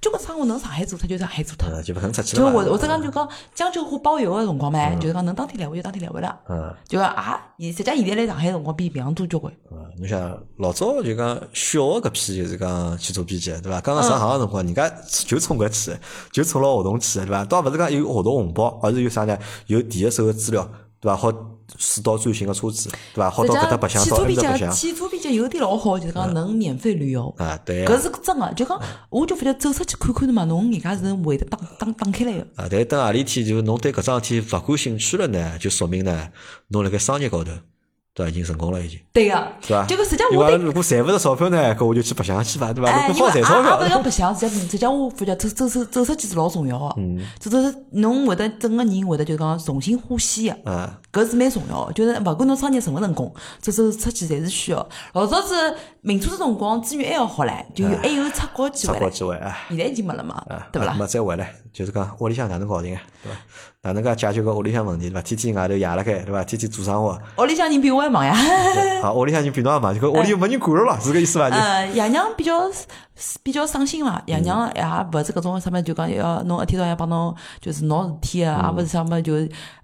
交关生活能上海做脱就上海做脱。
呃，就不可能出去
就
了嘛。
我我只讲就讲江浙沪包邮个辰光嘛，就是讲能当天来回就当天来回了。
嗯，
就讲啊，现实际现在来上海辰光比平常多交关。
嗯侬想老早就讲小的搿批就是讲汽车编辑，对伐？刚刚上
嗯
行个辰光，人家就冲搿去，就冲牢活动去，对伐？倒勿是讲有活动红包，而是有啥呢？有第一手个资料，对伐？好试到最新个车子，对伐？好到搿搭白相，
汽
到
车
埃
比
面搭白
较，
相。嗯
汽车比较有点老好，就是讲能免费旅游。
啊，对啊
搿是真个，就讲我就发觉走出去看看的嘛，侬人家是会得打打打开来个。
啊，但等何里天就是侬对搿桩事体勿感兴趣了呢，就说明呢，侬辣盖商业高头，对伐？已经成功了，已经，
对个，
对伐？
就搿实际上
因
我
为
对，
如果赚勿着钞票呢，搿我就去白相去伐，对伐？
哎，
如
因
果
为
好赚钞
也也勿
票，
要白相，实际上实际上我发觉走走走
嗯
走出去是老重要个，走走走，侬会得整个人会得就讲重新呼吸个。
啊，
搿是蛮重要的。就是勿管侬创业什么成功，走走出去侪是需要。老早子民初的辰光资源还要好唻，就有还有出国机
出
会
国
唻，
机会啊，
现在已经没了嘛
啊，，
对勿啦
那？么再回来，就是讲屋里向哪能搞定啊，对伐？哪能介解决个屋里向问题，对伐？天天外头夜辣盖，对伐？天天做生活，
屋里向人比我还忙 呀。
啊，屋里向人比侬也忙，
嗯
就讲屋里没人管了咯，是搿意思伐？就
呃，爷娘比较比较省心啦，爷娘也勿是搿种啥物事，就讲要侬一天到夜帮侬就是闹事体啊，也勿是啥物事，就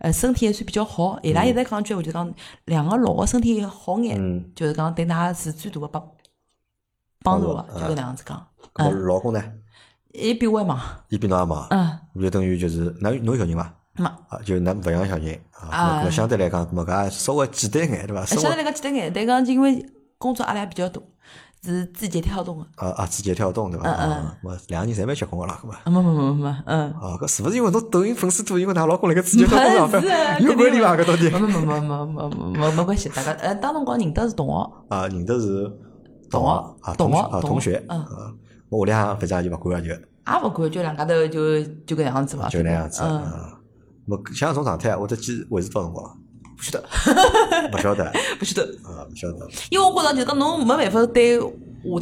呃身体还算比较好。伊拉一直讲一句话，就讲两个老个身体好眼，就是讲对㑚是最大个帮嗯帮助啊个，
帮助
就搿能样子讲。
咾么老公呢，
伊比我还忙，
伊比侬也忙，
嗯，
咾就等于就是，那侬有小人伐？
没
啊，就㑚勿养小人啊，
啊
咾
呃
相对来讲，咾搿也稍微简单眼，对伐？生
相
活
对来讲简单眼，但讲因为工作压力还比较大，是字节跳动个。
啊啊，字节跳动对伐？
嗯嗯
啊，咾两个人侪蛮结棍个啦，咾么。
啊，没没没没，嗯。
哦，搿是勿是因为侬抖音粉丝多，因为㑚老公辣盖字节跳动上
不是
班，有
肯
关
定
系伐？
有
搿到底
没没没没没没没没关系，大家呃，当辰光认得是同学，
啊，认得是
同学
学啊，
同
学
学
啊，
同
同
学
学
嗯
啊，我屋里向反正也就勿管了，
也勿管，就两家头就就搿样子嘛，
就就那样子
嗯，
啊。么像搿种状态，我得记维持多少辰 光？不晓 得，勿晓得
不晓得，
啊，勿晓得。
因为我觉着就讲侬没办法对下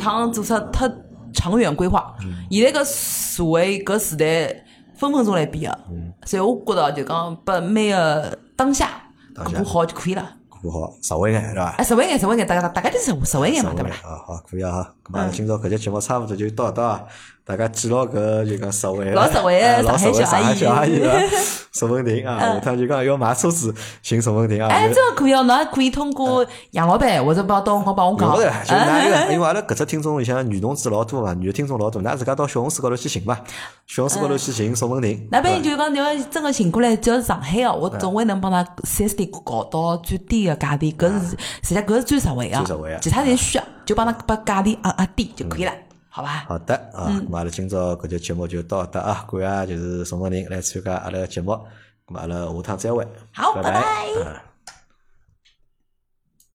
趟做出太长远规划，现在搿社会搿时代分分钟来变个，所以我觉着就讲把每个当下
当下
过好就可以了，
顾好实惠眼对伐？
哎，实惠眼实惠眼，大家大家就是实惠实惠眼嘛，对
勿
嗯勿
啦
啦？？
啊，好，可以啊。咁啊，今朝搿节节目差勿多就到搿搭啊，大家记牢搿就讲实惠的，
老实惠的
啊老实惠
上
上海
海小
小阿
阿
姨
姨 嗯
啊，沈文婷啊，下趟就讲要买车子寻沈文婷啊。
哎，
就
这个可以哦，侬也可以通
呃
过杨老板或者帮到我帮我
用勿着啦，
讲，
就拿一个，因为阿拉搿只听众里向女同志老多嘛，女听众老多，㑚自家到小红书高头去寻吧，小红书高头去寻宋文婷。
嗯
啊
那边就是讲，你要真个寻过来，只要是上海个，我总归能帮他四 S 店搞到最低个价钿，搿是实际上搿是最实惠个，
嗯最实惠啊嗯
其他侪虚个，就帮他把价钿压压低就可以了，好吧？
好的啊，
嗯
咁阿拉今朝搿节节目就到搿搭啊，感谢就是宋文婷来参加阿拉个节目，咁阿拉下趟再会，
好
拜
拜拜
啊